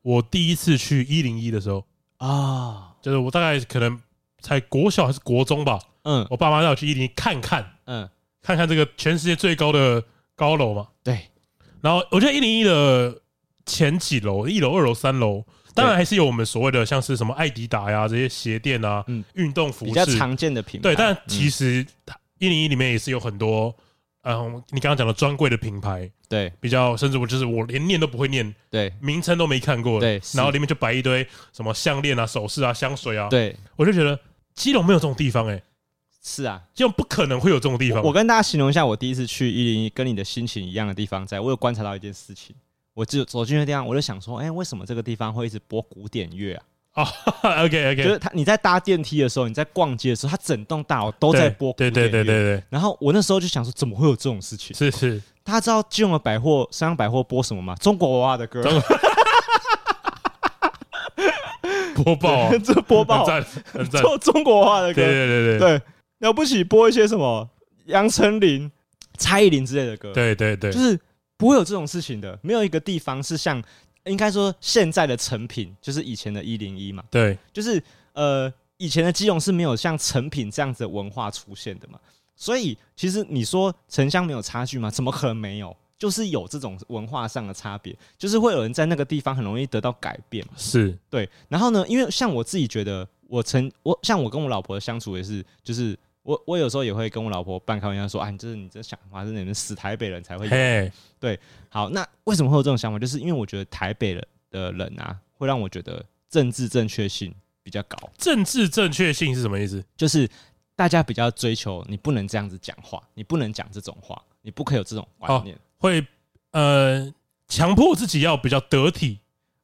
Speaker 1: 我第一次去一零一的时候，
Speaker 2: 啊、
Speaker 1: 就是我大概可能才国小还是国中吧，
Speaker 2: 嗯
Speaker 1: 我爸妈带我去一零一看看，
Speaker 2: 嗯，
Speaker 1: 看看这个全世界最高的高楼嘛。
Speaker 2: 对，
Speaker 1: 然后我觉得一零一的前几楼，一楼、二楼、三楼，当然还是有我们所谓的像是什么艾迪达呀这些鞋店啊
Speaker 2: 嗯，
Speaker 1: 运动服
Speaker 2: 比较嗯
Speaker 1: 饰，
Speaker 2: 常见的品牌。
Speaker 1: 对，但其实一零一里面也是有很多，嗯，你刚刚讲的专柜的品牌，
Speaker 2: 对
Speaker 1: 比较甚至我就是我连念都不会念，
Speaker 2: 对
Speaker 1: 名称都没看过，
Speaker 2: 对是
Speaker 1: 然后里面就摆一堆什么项链啊、首饰啊、香水啊，，
Speaker 2: 对，
Speaker 1: 我就觉得基隆没有这种地方，哎，
Speaker 2: 是啊。
Speaker 1: 基隆不可能会有这种 地方，
Speaker 2: 我跟大家形容一下，我第一次去一零一，跟你的心情一样的地方在，我有观察到一件事情。我就走进那地方，我就想说，哎、为什么这个地方会一直播古典乐啊？
Speaker 1: 啊，OK
Speaker 2: 就是
Speaker 1: OK，
Speaker 2: 他你在搭电梯的时候，你在逛街的时候，它整栋大楼都在播古典
Speaker 1: 对
Speaker 2: 乐。
Speaker 1: 对对对对对，
Speaker 2: 然后我那时候就想说，怎么会有这种事情？
Speaker 1: 是是，
Speaker 2: 大家知道金融的百货、三洋百货播什么吗？中国娃娃的歌，，
Speaker 1: 中播报啊
Speaker 2: 这 播报
Speaker 1: 很 赞很赞，
Speaker 2: 就中国娃娃 的
Speaker 1: 对
Speaker 2: 歌，
Speaker 1: 对对对
Speaker 2: 对，了不起播一些什么杨丞琳、蔡依林之类的歌，，
Speaker 1: 对对对
Speaker 2: 就
Speaker 1: 对，
Speaker 2: 是不会有这种事情的，没有一个地方是像应该说现在的成品，就是以前的一零一嘛，
Speaker 1: 对
Speaker 2: 就是呃以前的基隆是没有像成品这样子的文化出现的嘛，所以其实你说城乡没有差距吗？怎么可能没有？就是有这种文化上的差别，就是会有人在那个地方很容易得到改变嘛。
Speaker 1: 是，
Speaker 2: 对，然后呢，因为像我自己觉得，我曾我像我跟我老婆的相处也是，就是我我有时候也会跟我老婆半开玩笑说，啊，你这是你这想法是你们死台北人才会有。
Speaker 1: 嘿，
Speaker 2: 好，那为什么会有这种想法？就是因为我觉得台北人的人啊，会让我觉得政治正确性比较高，
Speaker 1: 政治正确性是什么意思？
Speaker 2: 就是大家比较追求你不能这样子讲话，你不能讲这种话，你不可以有这种观
Speaker 1: 哦
Speaker 2: 念，
Speaker 1: 会呃强迫自己要比较得体，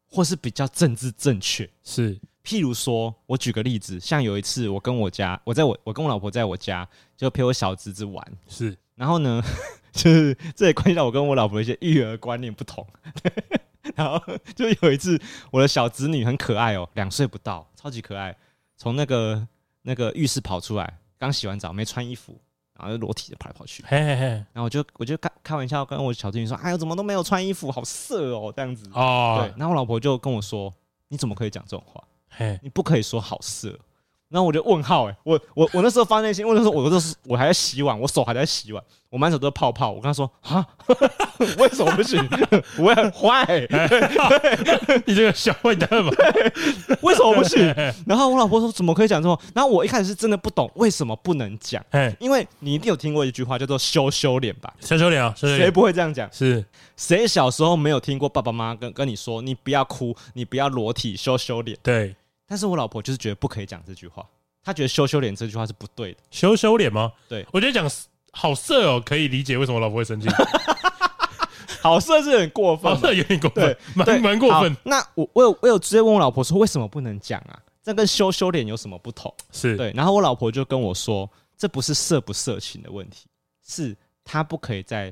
Speaker 2: 或是比较政治正确。
Speaker 1: 是
Speaker 2: 譬如说，我举个例子，像有一次我跟我家，我在我我跟我老婆在我家，就陪我小侄子玩，
Speaker 1: 是，
Speaker 2: 然后呢， 就是这也关系到我跟我老婆一些育儿观念不同。 然后就有一次，我的小侄女很可爱哦，两岁不到，超级可爱，从那个那个浴室跑出来，刚洗完澡没穿衣服，然后就裸体的跑来跑去。
Speaker 1: 嘿嘿嘿，
Speaker 2: 然后我就我就开开玩笑跟我小侄女说：“哎呦，怎么都没有穿衣服，好色哦，这样子。”对
Speaker 1: 哦，，
Speaker 2: 然后我老婆就跟我说：“你怎么可以讲这种话？”
Speaker 1: 嘿，
Speaker 2: 你不可以说好色。然后我就问号哎、欸我我我那时候发内心，我那时候我都是我还在洗碗，我手还在洗碗，我满手都是泡泡。我跟他说啊， 为什么不行？ 我也很坏、欸
Speaker 1: 你这个小坏蛋嘛，
Speaker 2: 为什么不行？然后我老婆说怎么可以讲这种？然后我一开始是真的不懂为什么不能讲，
Speaker 1: 嘿，
Speaker 2: 因为你一定有听过一句话叫做“羞羞脸”吧？
Speaker 1: 羞羞脸啊，羞羞
Speaker 2: 谁
Speaker 1: 脸，
Speaker 2: 不会这样讲？
Speaker 1: 是
Speaker 2: 谁小时候没有听过爸爸妈妈跟跟你说你不要哭，你不要裸体羞羞脸？
Speaker 1: 对，
Speaker 2: 但是我老婆就是觉得不可以讲这句话，她觉得羞羞脸这句话是不对的。
Speaker 1: 羞羞脸吗？
Speaker 2: 对
Speaker 1: 我觉得讲好色哦，可以理解为什么老婆会 生气，
Speaker 2: 好色是很过分
Speaker 1: 好
Speaker 2: 嘛，
Speaker 1: 色有点过分
Speaker 2: 对，对
Speaker 1: 蛮蛮过分
Speaker 2: 好，那我我有我有直接问我老婆说，为什么不能讲啊？这跟羞羞脸有什么不同？
Speaker 1: 是，
Speaker 2: 对，然后我老婆就跟我说，这不是色不色情的问题，是她不可以在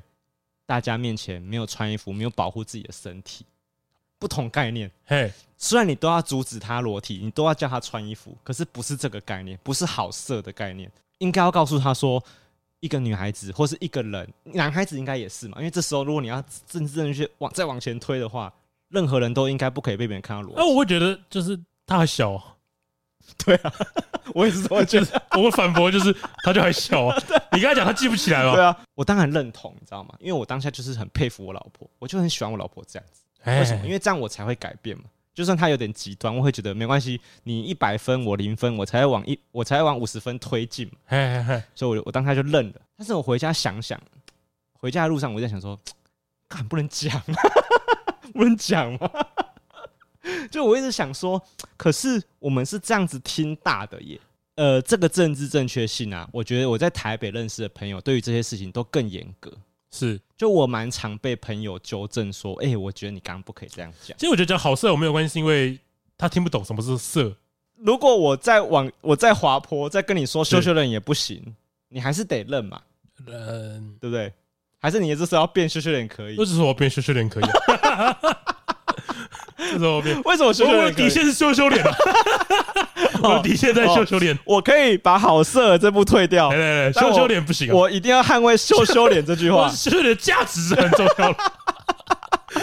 Speaker 2: 大家面前没有穿衣服，没有保护自己的身体，不同概念。
Speaker 1: 嘿，
Speaker 2: 虽然你都要阻止她裸体，你都要叫她穿衣服，可是不是这个概念，不是好色的概念，应该要告诉她说。一个女孩子或是一个人，男孩子应该也是嘛，因为这时候如果你要政治正确往再往前推的话，任何人都应该不可以被别人看到裸体。
Speaker 1: 那我会觉得就是他还小啊，
Speaker 2: 我也是这么觉得，
Speaker 1: 我会反驳就是他就还小 啊，你刚才讲他记不起来
Speaker 2: 对
Speaker 1: 吗？
Speaker 2: 啊，我当然认同，你知道吗？因为我当下就是很佩服我老婆，我就很喜欢我老婆这样子。
Speaker 1: 哎
Speaker 2: 为什么？因为这样我才会改变嘛。就算她有点极端，我会觉得没关系，你一百分，我零分，我才会往一，我才会往五十分推进嘛。
Speaker 1: 嘿嘿嘿，
Speaker 2: 所以我就我当下就认了。但是我回家想想，回家的路上我在想说，干不能讲， 不能讲嘛。就我一直想说，可是我们是这样子听大的耶。呃，这个政治正确性啊，我觉得我在台北认识的朋友，对于这些事情都更严格。
Speaker 1: 是，
Speaker 2: 就我蛮常被朋友纠正说，哎、我觉得你刚刚不可以这样讲。
Speaker 1: 其实我觉得讲好色我没有关系，是因为他听不懂什么是色，
Speaker 2: 如果我在往我在滑坡，再跟你说羞羞人也不行，你还是得认嘛，
Speaker 1: 嗯。
Speaker 2: 对不对？还是你这时候要变羞羞人可以
Speaker 1: 那？就是我变羞羞脸可以、啊， 这是我变。
Speaker 2: 为什么羞
Speaker 1: 我
Speaker 2: 羞
Speaker 1: 我的
Speaker 2: 人可以哦
Speaker 1: 底？线是羞羞脸 啊，我的底线在羞羞脸。
Speaker 2: 我可以把好色这部退 掉
Speaker 1: 来，来来，
Speaker 2: 但
Speaker 1: 羞
Speaker 2: 我
Speaker 1: 羞脸不行啊，
Speaker 2: 我一定要捍卫羞羞脸这句
Speaker 1: 我
Speaker 2: 话。
Speaker 1: 羞羞脸的价值是很重要 的，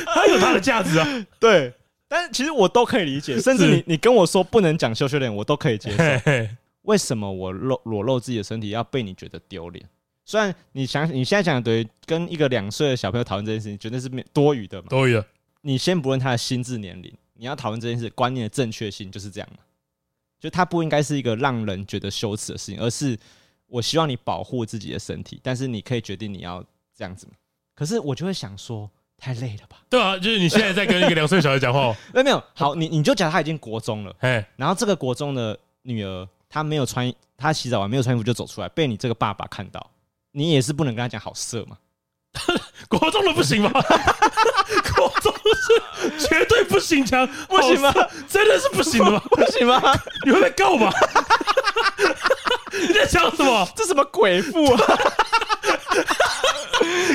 Speaker 1: 它有它的价值啊。
Speaker 2: 对，但是其实我都可以理解，甚至你你跟我说不能讲羞 羞脸，我都可以接受。
Speaker 1: 嘿嘿
Speaker 2: 为什么我露裸露自己的身体要被你觉得丢脸？虽然你想你现在讲等于跟一个两岁的小朋友讨论这件事情，绝对是没多余的嘛。
Speaker 1: 多余的，
Speaker 2: 你先不论他的心智年龄，你要讨论这件事观念的正确性，就是这样嘛。就它不应该是一个让人觉得羞耻的事情，而是我希望你保护自己的身体，但是你可以决定你要这样子嘛。可是我就会想说，太累了吧？
Speaker 1: 对啊，就是你现在在跟一个两岁小孩讲 话哦，
Speaker 2: 没有没有，好，你你就假如他已经国中了，
Speaker 1: 哎，
Speaker 2: 然后这个国中的女儿，她没有穿，她洗澡完没有穿衣服就走出来，被你这个爸爸看到，你也是不能跟她讲好色嘛。
Speaker 1: 国中的不 行吗？国中是绝对不行，强不
Speaker 2: 行吗？
Speaker 1: 真的是不行的吗？
Speaker 2: 不行吗？
Speaker 1: 你会被告吧？ 你在想什 么？
Speaker 2: 这什么鬼父啊？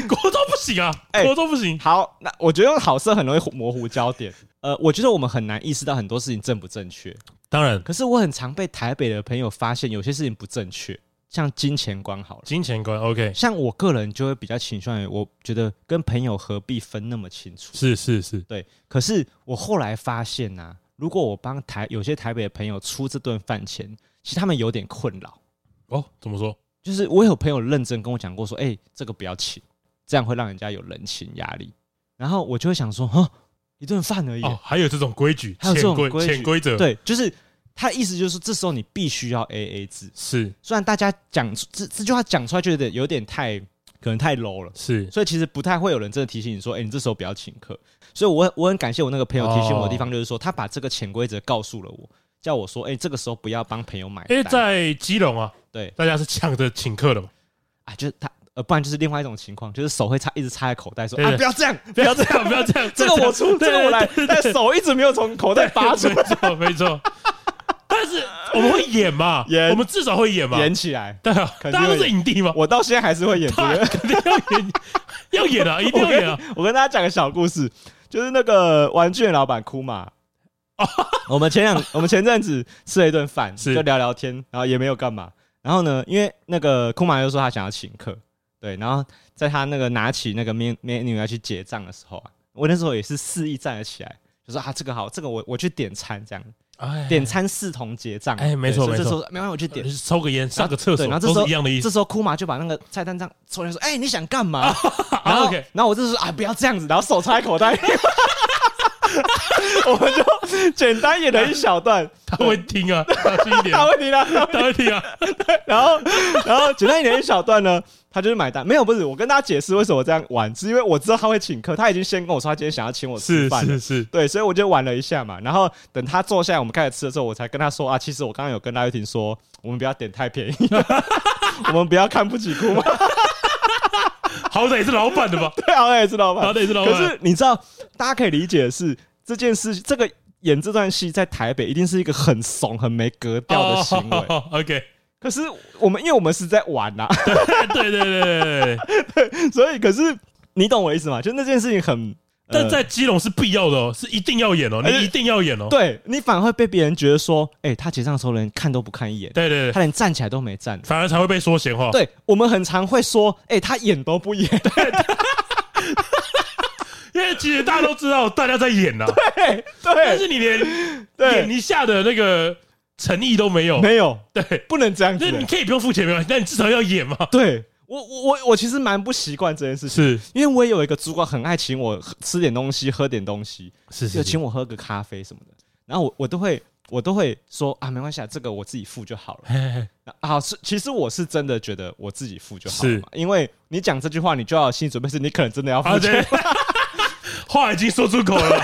Speaker 1: 国中不行啊，
Speaker 2: 哎
Speaker 1: 国中不行。
Speaker 2: 好，那我觉得用好色很容易模糊焦点。呃，我觉得我们很难意识到很多事情正不正确，
Speaker 1: 当然，
Speaker 2: 可是我很常被台北的朋友发现有些事情不正确，像金钱观好了。
Speaker 1: 金钱观 OK，
Speaker 2: 像我个人就会比较倾向于，我觉得跟朋友何必分那么清楚？
Speaker 1: 是是是，
Speaker 2: 对，可是我后来发现呐、如果我帮台有些台北的朋友出这顿饭钱，其实他们有点困扰。
Speaker 1: 哦，怎么说？
Speaker 2: 就是我有朋友认真跟我讲过说，哎、这个不要请，这样会让人家有人情压力。然后我就会想说，哈，一顿饭而已。
Speaker 1: 哦，还有这种规矩，
Speaker 2: 还有这
Speaker 1: 潜
Speaker 2: 种
Speaker 1: 规
Speaker 2: 规矩
Speaker 1: 潜规则，，
Speaker 2: 对，就是他的意思就是说，这时候你必须要 A A 制。
Speaker 1: 是
Speaker 2: 虽然大家讲出这这句话讲出来，觉得有点太可能太 low 了。
Speaker 1: 是，
Speaker 2: 所以其实不太会有人真的提醒你说，哎、你这时候不要请客。所以我很我很感谢我那个朋友提醒我的
Speaker 1: 哦
Speaker 2: 地方，就是说他把这个潜规则告诉了我，叫我说，哎、这个时候不要帮朋友买
Speaker 1: 因为
Speaker 2: 单。
Speaker 1: 在基隆啊，
Speaker 2: 对
Speaker 1: 大家是抢着请客的嘛，
Speaker 2: 啊，就是他呃，不然就是另外一种情况，就是手会插一直插在口袋说，
Speaker 1: 对
Speaker 2: 啊，
Speaker 1: 对
Speaker 2: 不要这样，
Speaker 1: 不要这样， 不要这样，
Speaker 2: 这个我出，这个我来，但手一直没有从口袋拔出
Speaker 1: 没错没错。但是我们会 演嘛，
Speaker 2: 演
Speaker 1: 我们至少会演嘛，
Speaker 2: 演起来。
Speaker 1: 对啊，大
Speaker 2: 肯定会演
Speaker 1: 家都是影帝嘛，
Speaker 2: 我到现在还是会演这
Speaker 1: 他
Speaker 2: 个。
Speaker 1: 肯定要演，要演 啊，一定要演啊，
Speaker 2: 我跟大家讲个小故事，就是那个玩具的老板哭 嘛。我们前两，我们前阵子吃了一顿饭，
Speaker 1: 是
Speaker 2: 就聊聊天，然后也没有干嘛。然后呢，因为那个库玛又说他想要请客，对，然后在他那个拿起那个美美女要去结账的时候啊，我那时候也是肆意站了起来，就说啊这个好，这个我我去点餐这样，
Speaker 1: 哎
Speaker 2: 点餐视同结账，
Speaker 1: 哎没错
Speaker 2: 对所以
Speaker 1: 没错
Speaker 2: 这时候没关系，我去点
Speaker 1: 就。是抽个烟，上个厕所，
Speaker 2: 对然后这
Speaker 1: 都
Speaker 2: 时候
Speaker 1: 是一样的意思啊
Speaker 2: 这。时候库玛就把那个菜单张抽来说：“哎、你想干嘛？”然后
Speaker 1: OK
Speaker 2: 然后我就说：“啊，不要这样子。”然后手插在口袋， 我们就简单演了一小段，
Speaker 1: 他会听 啊，小心一点
Speaker 2: 他，会听到。
Speaker 1: 他会听啊。
Speaker 2: 然后，然后简单演了一小段呢，他就是买单。没有，不是我跟大家解释为什么我这样玩，是因为我知道他会请客，他已经先跟我说他今天想要请我 吃
Speaker 1: 是
Speaker 2: 饭了
Speaker 1: 是是，
Speaker 2: 对，所以我就玩了一下嘛，然后等他坐下来，我们开始吃的时候，我才跟他说啊，其实我刚刚有跟赖玉婷说，我们不要点太便宜的， 我们不要看不起姑妈，
Speaker 1: 好歹也是老板的吧？
Speaker 2: 对啊，也知道
Speaker 1: 好
Speaker 2: 吧？
Speaker 1: 歹也是老
Speaker 2: 可
Speaker 1: 板。
Speaker 2: 是你知道，大家可以理解的是，这件事，这个演这段戏在台北一定是一个很怂、很没格调的行为。
Speaker 1: 哦 OK，
Speaker 2: 可是我们，因为我们是在玩呐、
Speaker 1: 对对对对对
Speaker 2: 呃
Speaker 1: 对。
Speaker 2: 所以可是你懂我意思吗？就那件事情很，呃
Speaker 1: 但在基隆是必要的哦，是一定要演哦，
Speaker 2: 而且
Speaker 1: 你一定要演哦。
Speaker 2: 对你反而会被别人觉得说，哎、他结账的时候连看都不看一眼，
Speaker 1: 对对
Speaker 2: 他
Speaker 1: 对，
Speaker 2: 连站起来都没站。
Speaker 1: 反而才会被说闲话。
Speaker 2: 对我们很常会说，哎、他演都不演，
Speaker 1: 因为其实大家都知道大家在演呐， 啊
Speaker 2: 对
Speaker 1: 但
Speaker 2: 对，
Speaker 1: 是你连
Speaker 2: 对
Speaker 1: 演一下的那个诚意都没有。
Speaker 2: 没有，
Speaker 1: 对，
Speaker 2: 不能这样
Speaker 1: 那
Speaker 2: 子
Speaker 1: 你。可以不用付钱没关系，但你至少要演嘛。
Speaker 2: 对我我我我其实蛮不习惯这件事情，
Speaker 1: 是
Speaker 2: 因为我也有一个主管很爱请我喝吃点东西，喝点东西，
Speaker 1: 是，
Speaker 2: 就是请我喝个咖啡什么的，然后我我都会我都会说啊，没关系，啊，这个我自己付就好了。
Speaker 1: 嘿嘿
Speaker 2: 那啊，是其实我是真的觉得我自己付就好了
Speaker 1: 是
Speaker 2: 嘛，因为你讲这句话，你就要有心理准备，是你可能真的要付
Speaker 1: 啊
Speaker 2: 钱
Speaker 1: 对。 话已经说出口了，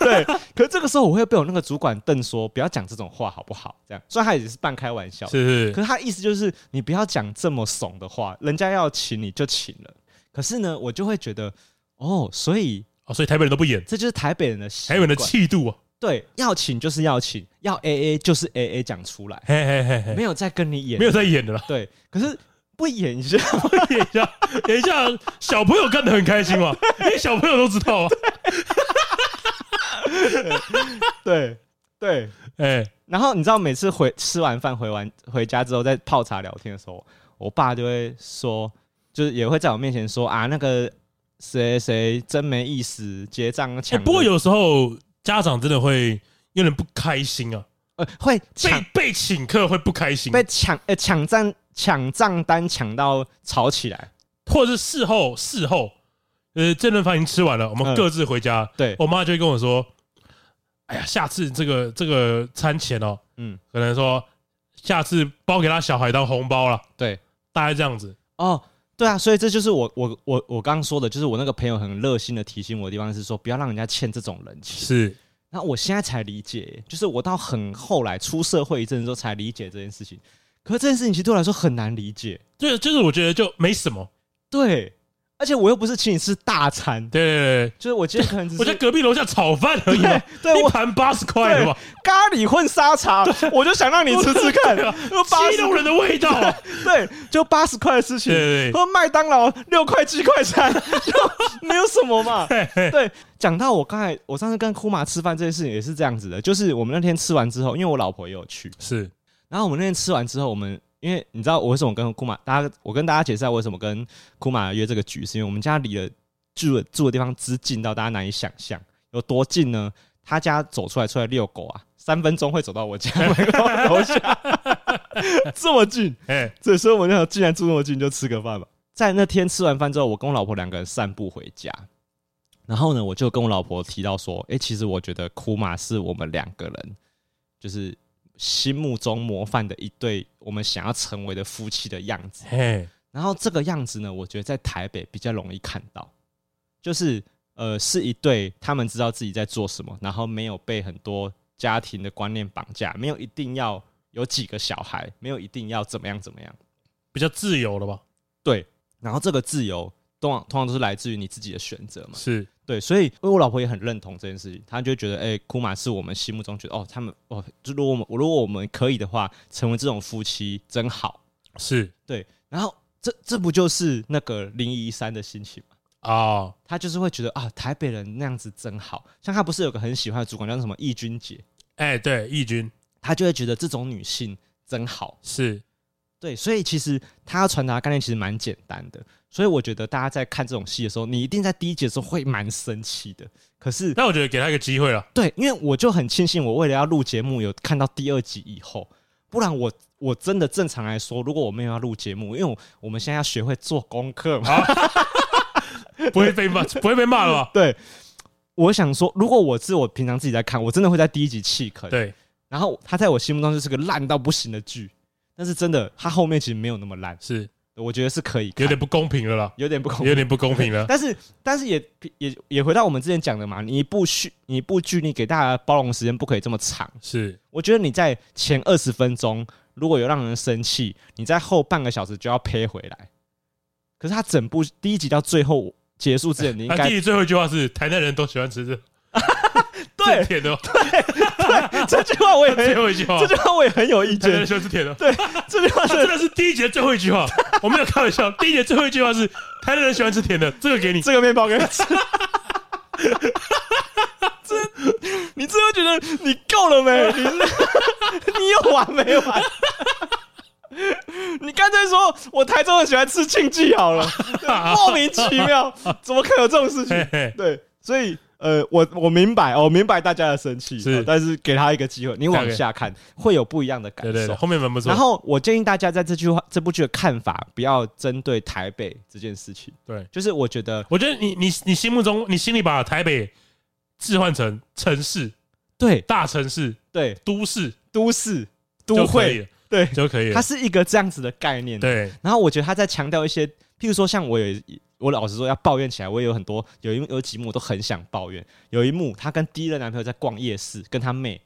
Speaker 2: 对，可是这个时候我会被我那个主管瞪说，不要讲这种话好不好？这样，虽然他也是半开玩笑，
Speaker 1: 是
Speaker 2: 可
Speaker 1: 是
Speaker 2: 是他意思就是你不要讲这么怂的话，人家要请你就请了。可是呢，我就会觉得哦，所以
Speaker 1: 哦，所以台北人都不演，
Speaker 2: 这就是台北人的习
Speaker 1: 台北人的
Speaker 2: 惯
Speaker 1: 气度啊，
Speaker 2: 对，要请就是要请，要 A A 就是 A A 讲出来，
Speaker 1: 嘿嘿嘿嘿
Speaker 2: 没，有再跟你演，
Speaker 1: 哎没有在演的啦。
Speaker 2: 对。可是不演一下，
Speaker 1: 演一下，演一下，小朋友看得很开心嘛，因为小朋友都知道啊。
Speaker 2: 对对。
Speaker 1: 哎，
Speaker 2: 然后你知道每次回吃完饭回完回家之后，在泡茶聊天的时候，我爸就会说，就是也会在我面前说啊，那个谁谁真没意思，结账
Speaker 1: 哎
Speaker 2: 抢的。
Speaker 1: 不过有时候家长真的会有点不开心啊，
Speaker 2: 呃会
Speaker 1: 被
Speaker 2: 抢
Speaker 1: 被请客会不开心，
Speaker 2: 被抢呃抢占抢账单抢到吵起来。
Speaker 1: 或者是事后事后，呃，这顿饭已经吃完了，我们
Speaker 2: 嗯
Speaker 1: 各自回家。
Speaker 2: 对，
Speaker 1: 我妈就会跟我说：“哎呀，下次这个这个餐钱哦，
Speaker 2: 嗯，
Speaker 1: 可能说下次包给他小孩当红包了。”
Speaker 2: 对，
Speaker 1: 大概这样子。
Speaker 2: 哦，对啊，所以这就是我我我我刚刚说的，就是我那个朋友很热心的提醒我的地方是说，不要让人家欠这种人情。
Speaker 1: 是，
Speaker 2: 那我现在才理解，就是我到很后来出社会一阵子之后才理解这件事情。可是这件事情其实对我来说很难理解，
Speaker 1: 对，就是我觉得就没什么。
Speaker 2: 对，而且我又不是请你吃大餐，
Speaker 1: 对对对
Speaker 2: 就是我今天可能只
Speaker 1: 对，
Speaker 2: 是
Speaker 1: 我在啊隔壁楼下炒饭而已嘛
Speaker 2: 对，对
Speaker 1: 一
Speaker 2: 我
Speaker 1: 盘八十块的嘛，
Speaker 2: 咖喱混沙茶，我就想让你吃吃看，就八
Speaker 1: 啊激动
Speaker 2: 十
Speaker 1: 人的味道啊。
Speaker 2: 对，就八十块的事情
Speaker 1: 对，对对
Speaker 2: 和麦当劳六块七块三，就没有什么嘛。
Speaker 1: 嘿嘿，
Speaker 2: 对，讲到我刚才，我上次跟库玛吃饭这件事情也是这样子的，就是我们那天吃完之后，因为我老婆也有去，
Speaker 1: 是
Speaker 2: 然后我们那天吃完之后，我们因为你知道我为什么跟库玛，大家我跟大家解释一下为什么跟库玛约这个局，是因为我们家离的住的住的地方之近到大家难以想象，有多近呢？他家走出来出来遛狗啊，三分钟会走到我家门口楼下， 这么近。
Speaker 1: 哎，
Speaker 2: 对，所以我就想，既然住那么近，就吃个饭吧。在那天吃完饭之后，我跟我老婆两个人散步回家，然后呢，我就跟我老婆提到说，诶，其实我觉得库玛是我们两个人就是心目中模范的一对我们想要成为的夫妻的样子。
Speaker 1: 嘿，
Speaker 2: 然后这个样子呢，我觉得在台北比较容易看到，就是呃，是一对他们知道自己在做什么，然后没有被很多家庭的观念绑架，没有一定要有几个小孩，没有一定要怎么样怎么样。
Speaker 1: 比较自由了吧？
Speaker 2: 对，然后这个自由通常通常都是来自于你自己的选择嘛。
Speaker 1: 是，
Speaker 2: 对，所以因为我老婆也很认同这件事情，她就觉得，哎、库玛是我们心目中觉得，哦，他们哦，就如果我们如果我们可以的话，成为这种夫妻真好。
Speaker 1: 是
Speaker 2: 对，然后这这不就是那个林一山的心情吗？
Speaker 1: 啊，
Speaker 2: 他就是会觉得啊，台北人那样子真好，像他不是有个很喜欢的主管叫什么易君姐，
Speaker 1: 哎，对，义军
Speaker 2: 他就会觉得这种女性真好，
Speaker 1: 是
Speaker 2: 对，所以其实他要传达的概念其实蛮简单的，所以我觉得大家在看这种戏的时候，你一定在第一集的时候会蛮生气的。可是，
Speaker 1: 但我觉得给他一个机会了，
Speaker 2: 对，因为我就很庆幸，我为了要录节目，有看到第二集以后，不然我我真的正常来说，如果我没有要录节目，因为我我们现在要学会做功
Speaker 1: 啊
Speaker 2: 课嘛，
Speaker 1: 不会被骂，不会被骂了吧？
Speaker 2: 对。我想说，如果我是我平常自己在看，我真的会在第一集弃坑。
Speaker 1: 对，
Speaker 2: 然后他在我心目中就是个烂到不行的剧，但是真的，他后面其实没有那么烂，
Speaker 1: 是
Speaker 2: 我觉得是可以看，
Speaker 1: 有点不公平了啦，
Speaker 2: 有点不公平
Speaker 1: 有点不公平了。
Speaker 2: 但是但是也也也回到我们之前讲的嘛，你一部剧你一部剧，你给大家包容时间不可以这么长。
Speaker 1: 是
Speaker 2: 我觉得你在前二十分钟如果有让人生气，你在后半个小时就要呸回来。可是他整部第一集到最后结束之前，你应
Speaker 1: 那
Speaker 2: 该
Speaker 1: 弟弟啊最后一句话是：台南人都喜欢吃这
Speaker 2: 对
Speaker 1: 甜的。 哦
Speaker 2: 这句话我也很
Speaker 1: 最
Speaker 2: 有，
Speaker 1: 后一句话，
Speaker 2: 这句话我也很有意
Speaker 1: 台南人
Speaker 2: 见。
Speaker 1: 喜欢吃甜的。哦
Speaker 2: 对，这句话
Speaker 1: 他
Speaker 2: 是
Speaker 1: 啊真的是第一节最后一句话，我没有开玩笑。第一节最后一句话是台南人喜欢吃甜的，这个给你。
Speaker 2: 这个面包给你吃。这，你 真的觉得你够了没？你是你有完没完？ 你干脆说，我台中人喜欢吃庆记好 了，莫名其妙，怎么可能有这种事
Speaker 1: 嘿
Speaker 2: 情？
Speaker 1: 嘿，
Speaker 2: 对，所以呃，我我明白，我明白大家的生气，
Speaker 1: 是
Speaker 2: 呃但是给他一个机会，你往下看会有不一样的感
Speaker 1: 对对对，
Speaker 2: 受。
Speaker 1: 后面蛮不错。
Speaker 2: 然后我建议大家在这句话、这部剧的看法，不要针对台北这件事情。
Speaker 1: 对，
Speaker 2: 就是我觉得
Speaker 1: 我觉得你你你心目中，你心里把台北置换成城市、
Speaker 2: 对
Speaker 1: 大城市、
Speaker 2: 对，
Speaker 1: 都市、
Speaker 2: 都市
Speaker 1: 就
Speaker 2: 都
Speaker 1: 可以
Speaker 2: 会
Speaker 1: 了，
Speaker 2: 对，
Speaker 1: 就可以了。
Speaker 2: 它是一个这样子的概念。，
Speaker 1: 对，
Speaker 2: 然后我觉得他在强调一些，譬如说像我有，我老实说要抱怨起来，我也有很多有一有几幕我都很想抱怨。有一幕她跟第一任男朋友在逛夜市，跟她妹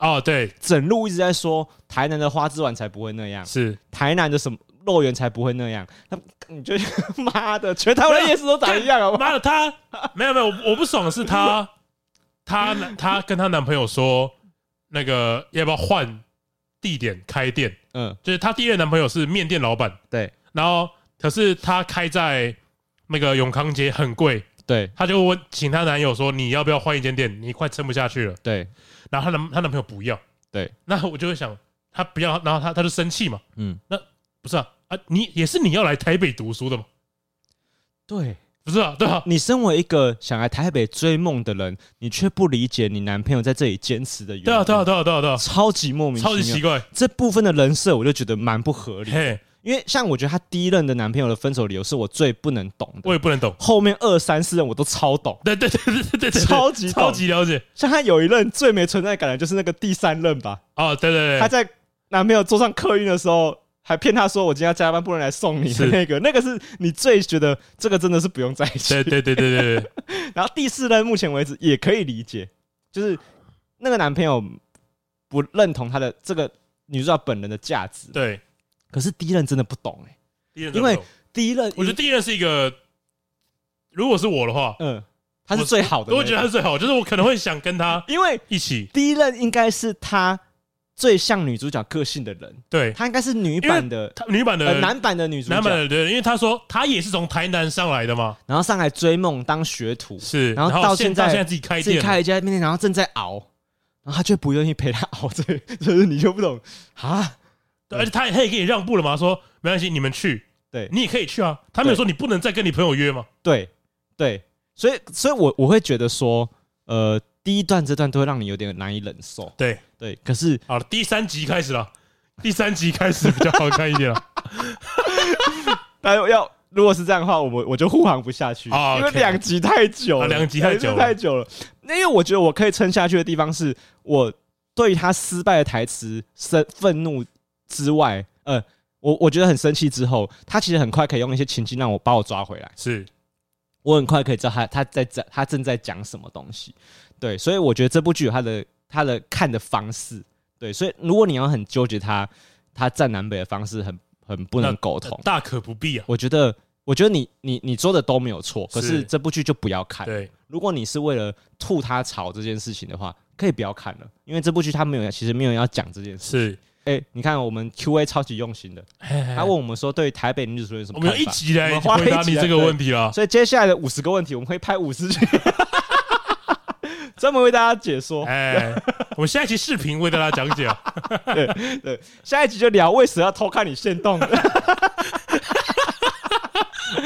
Speaker 1: 哦，对，
Speaker 2: 整路一直在说台南的花枝丸才不会那样，
Speaker 1: 是。
Speaker 2: 台南的什么。肉圆才不会那样，那你就 妈的，全台湾的夜市都长一样好不好？
Speaker 1: 妈的，她没有没有，我我不爽的是她，她她跟她男朋友说，那个要不要换地点开店？
Speaker 2: 嗯，
Speaker 1: 就是她第一任男朋友是面店老板，
Speaker 2: 对
Speaker 1: 然后可是她开在那个永康街很贵，
Speaker 2: 对
Speaker 1: 她就问请她男友说你要不要换一间店？你快撑不下去了。
Speaker 2: 对
Speaker 1: 然后她男她男朋友不要，
Speaker 2: 对，
Speaker 1: 那我就会想她不要，然后她她就生气嘛，
Speaker 2: 嗯，
Speaker 1: 不是啊啊，你也是你要来台北读书的嘛，
Speaker 2: 对，
Speaker 1: 不是啊，对啊，
Speaker 2: 你身为一个想来台北追梦的人，你却不理解你男朋友在这里坚持的原因，
Speaker 1: 啊对啊，对啊，对啊，对啊，对啊，
Speaker 2: 超级莫名其
Speaker 1: 超
Speaker 2: 妙，
Speaker 1: 级奇怪，
Speaker 2: 这部分的人设我就觉得蛮不合理，
Speaker 1: 嘿，
Speaker 2: 因为像我觉得她第一任的男朋友的分手理由是我最不能懂的，
Speaker 1: 我也不能懂。
Speaker 2: 后面二三四任我都超懂。
Speaker 1: 对对对对对对对，
Speaker 2: 超级懂
Speaker 1: 超级了解
Speaker 2: 像她有一任最没存在感的就是那个第三任吧，
Speaker 1: 哦，对对
Speaker 2: 她
Speaker 1: 对，
Speaker 2: 在男朋友坐上客运的时候。还骗她说我今天要加班，不能来送你的
Speaker 1: 是
Speaker 2: 那个，那个是你最觉得这个真的是不用在一起。
Speaker 1: 对对对对对 对，
Speaker 2: 然后第四任目前为止也可以理解，就是那个男朋友不认同她的这个女主角本人的价值，
Speaker 1: 对，
Speaker 2: 可是第一任真的不懂哎、
Speaker 1: 第一任
Speaker 2: 因为第一任
Speaker 1: 我觉得第一任是一个，如果是我的话，
Speaker 2: 嗯，他是最好的那个，
Speaker 1: 我觉得他是最好，就是我可能会想跟他
Speaker 2: 因为
Speaker 1: 一起，
Speaker 2: 第一任应该是他最像女主角个性的人，
Speaker 1: 对，
Speaker 2: 他应该是女版的
Speaker 1: 他女版的
Speaker 2: 呃男版的女主角，
Speaker 1: 男版的对，因为他说他也是从台南上来的嘛，
Speaker 2: 然后上来追梦当学徒，
Speaker 1: 是，
Speaker 2: 然后到
Speaker 1: 现
Speaker 2: 现在
Speaker 1: 到现在自己开
Speaker 2: 自己
Speaker 1: 店了，
Speaker 2: 开了一家面店，然后正在熬，然后他却不愿意陪他熬，这就是你就不懂啊，
Speaker 1: 对而且他也他也给你让步了嘛，说没关系，你们去，
Speaker 2: 对
Speaker 1: 你也可以去啊，他没有
Speaker 2: 对
Speaker 1: 说你不能再跟你朋友约嘛，
Speaker 2: 对对，所以所以我我会觉得说，呃，第一段这段都会让你有点难以忍受，
Speaker 1: 对，
Speaker 2: 对，可是
Speaker 1: 好了，第三集开始了，第三集开始比较好看一点 了，
Speaker 2: 但要如果是这样的话，我们我就护航不下去，
Speaker 1: 啊
Speaker 2: 因为
Speaker 1: OK
Speaker 2: 两集太久了，
Speaker 1: 啊两集太久了
Speaker 2: 两太久了。那因为我觉得我可以撑下去的地方是，我对于他失败的台词生愤怒之外，呃，我我觉得很生气之后，他其实很快可以用一些情境让我把我抓回来，
Speaker 1: 是
Speaker 2: 我很快可以知道他他在讲他正在讲什么东西。对，所以我觉得这部剧有他的他的看的方式，对，所以如果你要很纠结他他站南北的方式很很不能
Speaker 1: 那
Speaker 2: 苟同。
Speaker 1: 大可不必啊，
Speaker 2: 我觉得，我觉得你你你说的都没有错，可是
Speaker 1: 是
Speaker 2: 这部剧就不要看。
Speaker 1: 对，
Speaker 2: 如果你是为了吐他槽这件事情的话，可以不要看了，因为这部剧他没有，其实没有要讲这件事。
Speaker 1: 是，
Speaker 2: 哎、你看我们 Q A 超级用心的，他
Speaker 1: 他
Speaker 2: 问我们说对台北女主持人有什
Speaker 1: 哎我
Speaker 2: 么看
Speaker 1: 们
Speaker 2: 法？
Speaker 1: 要一起来
Speaker 2: 我们花了
Speaker 1: 回
Speaker 2: 一集
Speaker 1: 答你这个问题啦。
Speaker 2: 所以接下来的五十个问题，我们会拍五十 集，专门为大家解说。
Speaker 1: 哎，我们下一期视频为大家讲解啊，
Speaker 2: 对，下一集就聊为什么要偷看你现 动，
Speaker 1: 我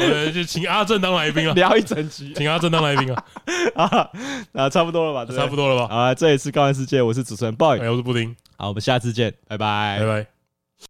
Speaker 1: 们就请阿正当来宾啊，
Speaker 2: 聊一整 集
Speaker 1: 请阿正当来宾啊，
Speaker 2: 啊，那差不多了吧？对啊
Speaker 1: 差不多了吧？哎
Speaker 2: 好，这里是《高玩世界》，我是主持人 boy，
Speaker 1: 哎，我是布丁，
Speaker 2: 好，我们下次见，拜拜
Speaker 1: 拜拜。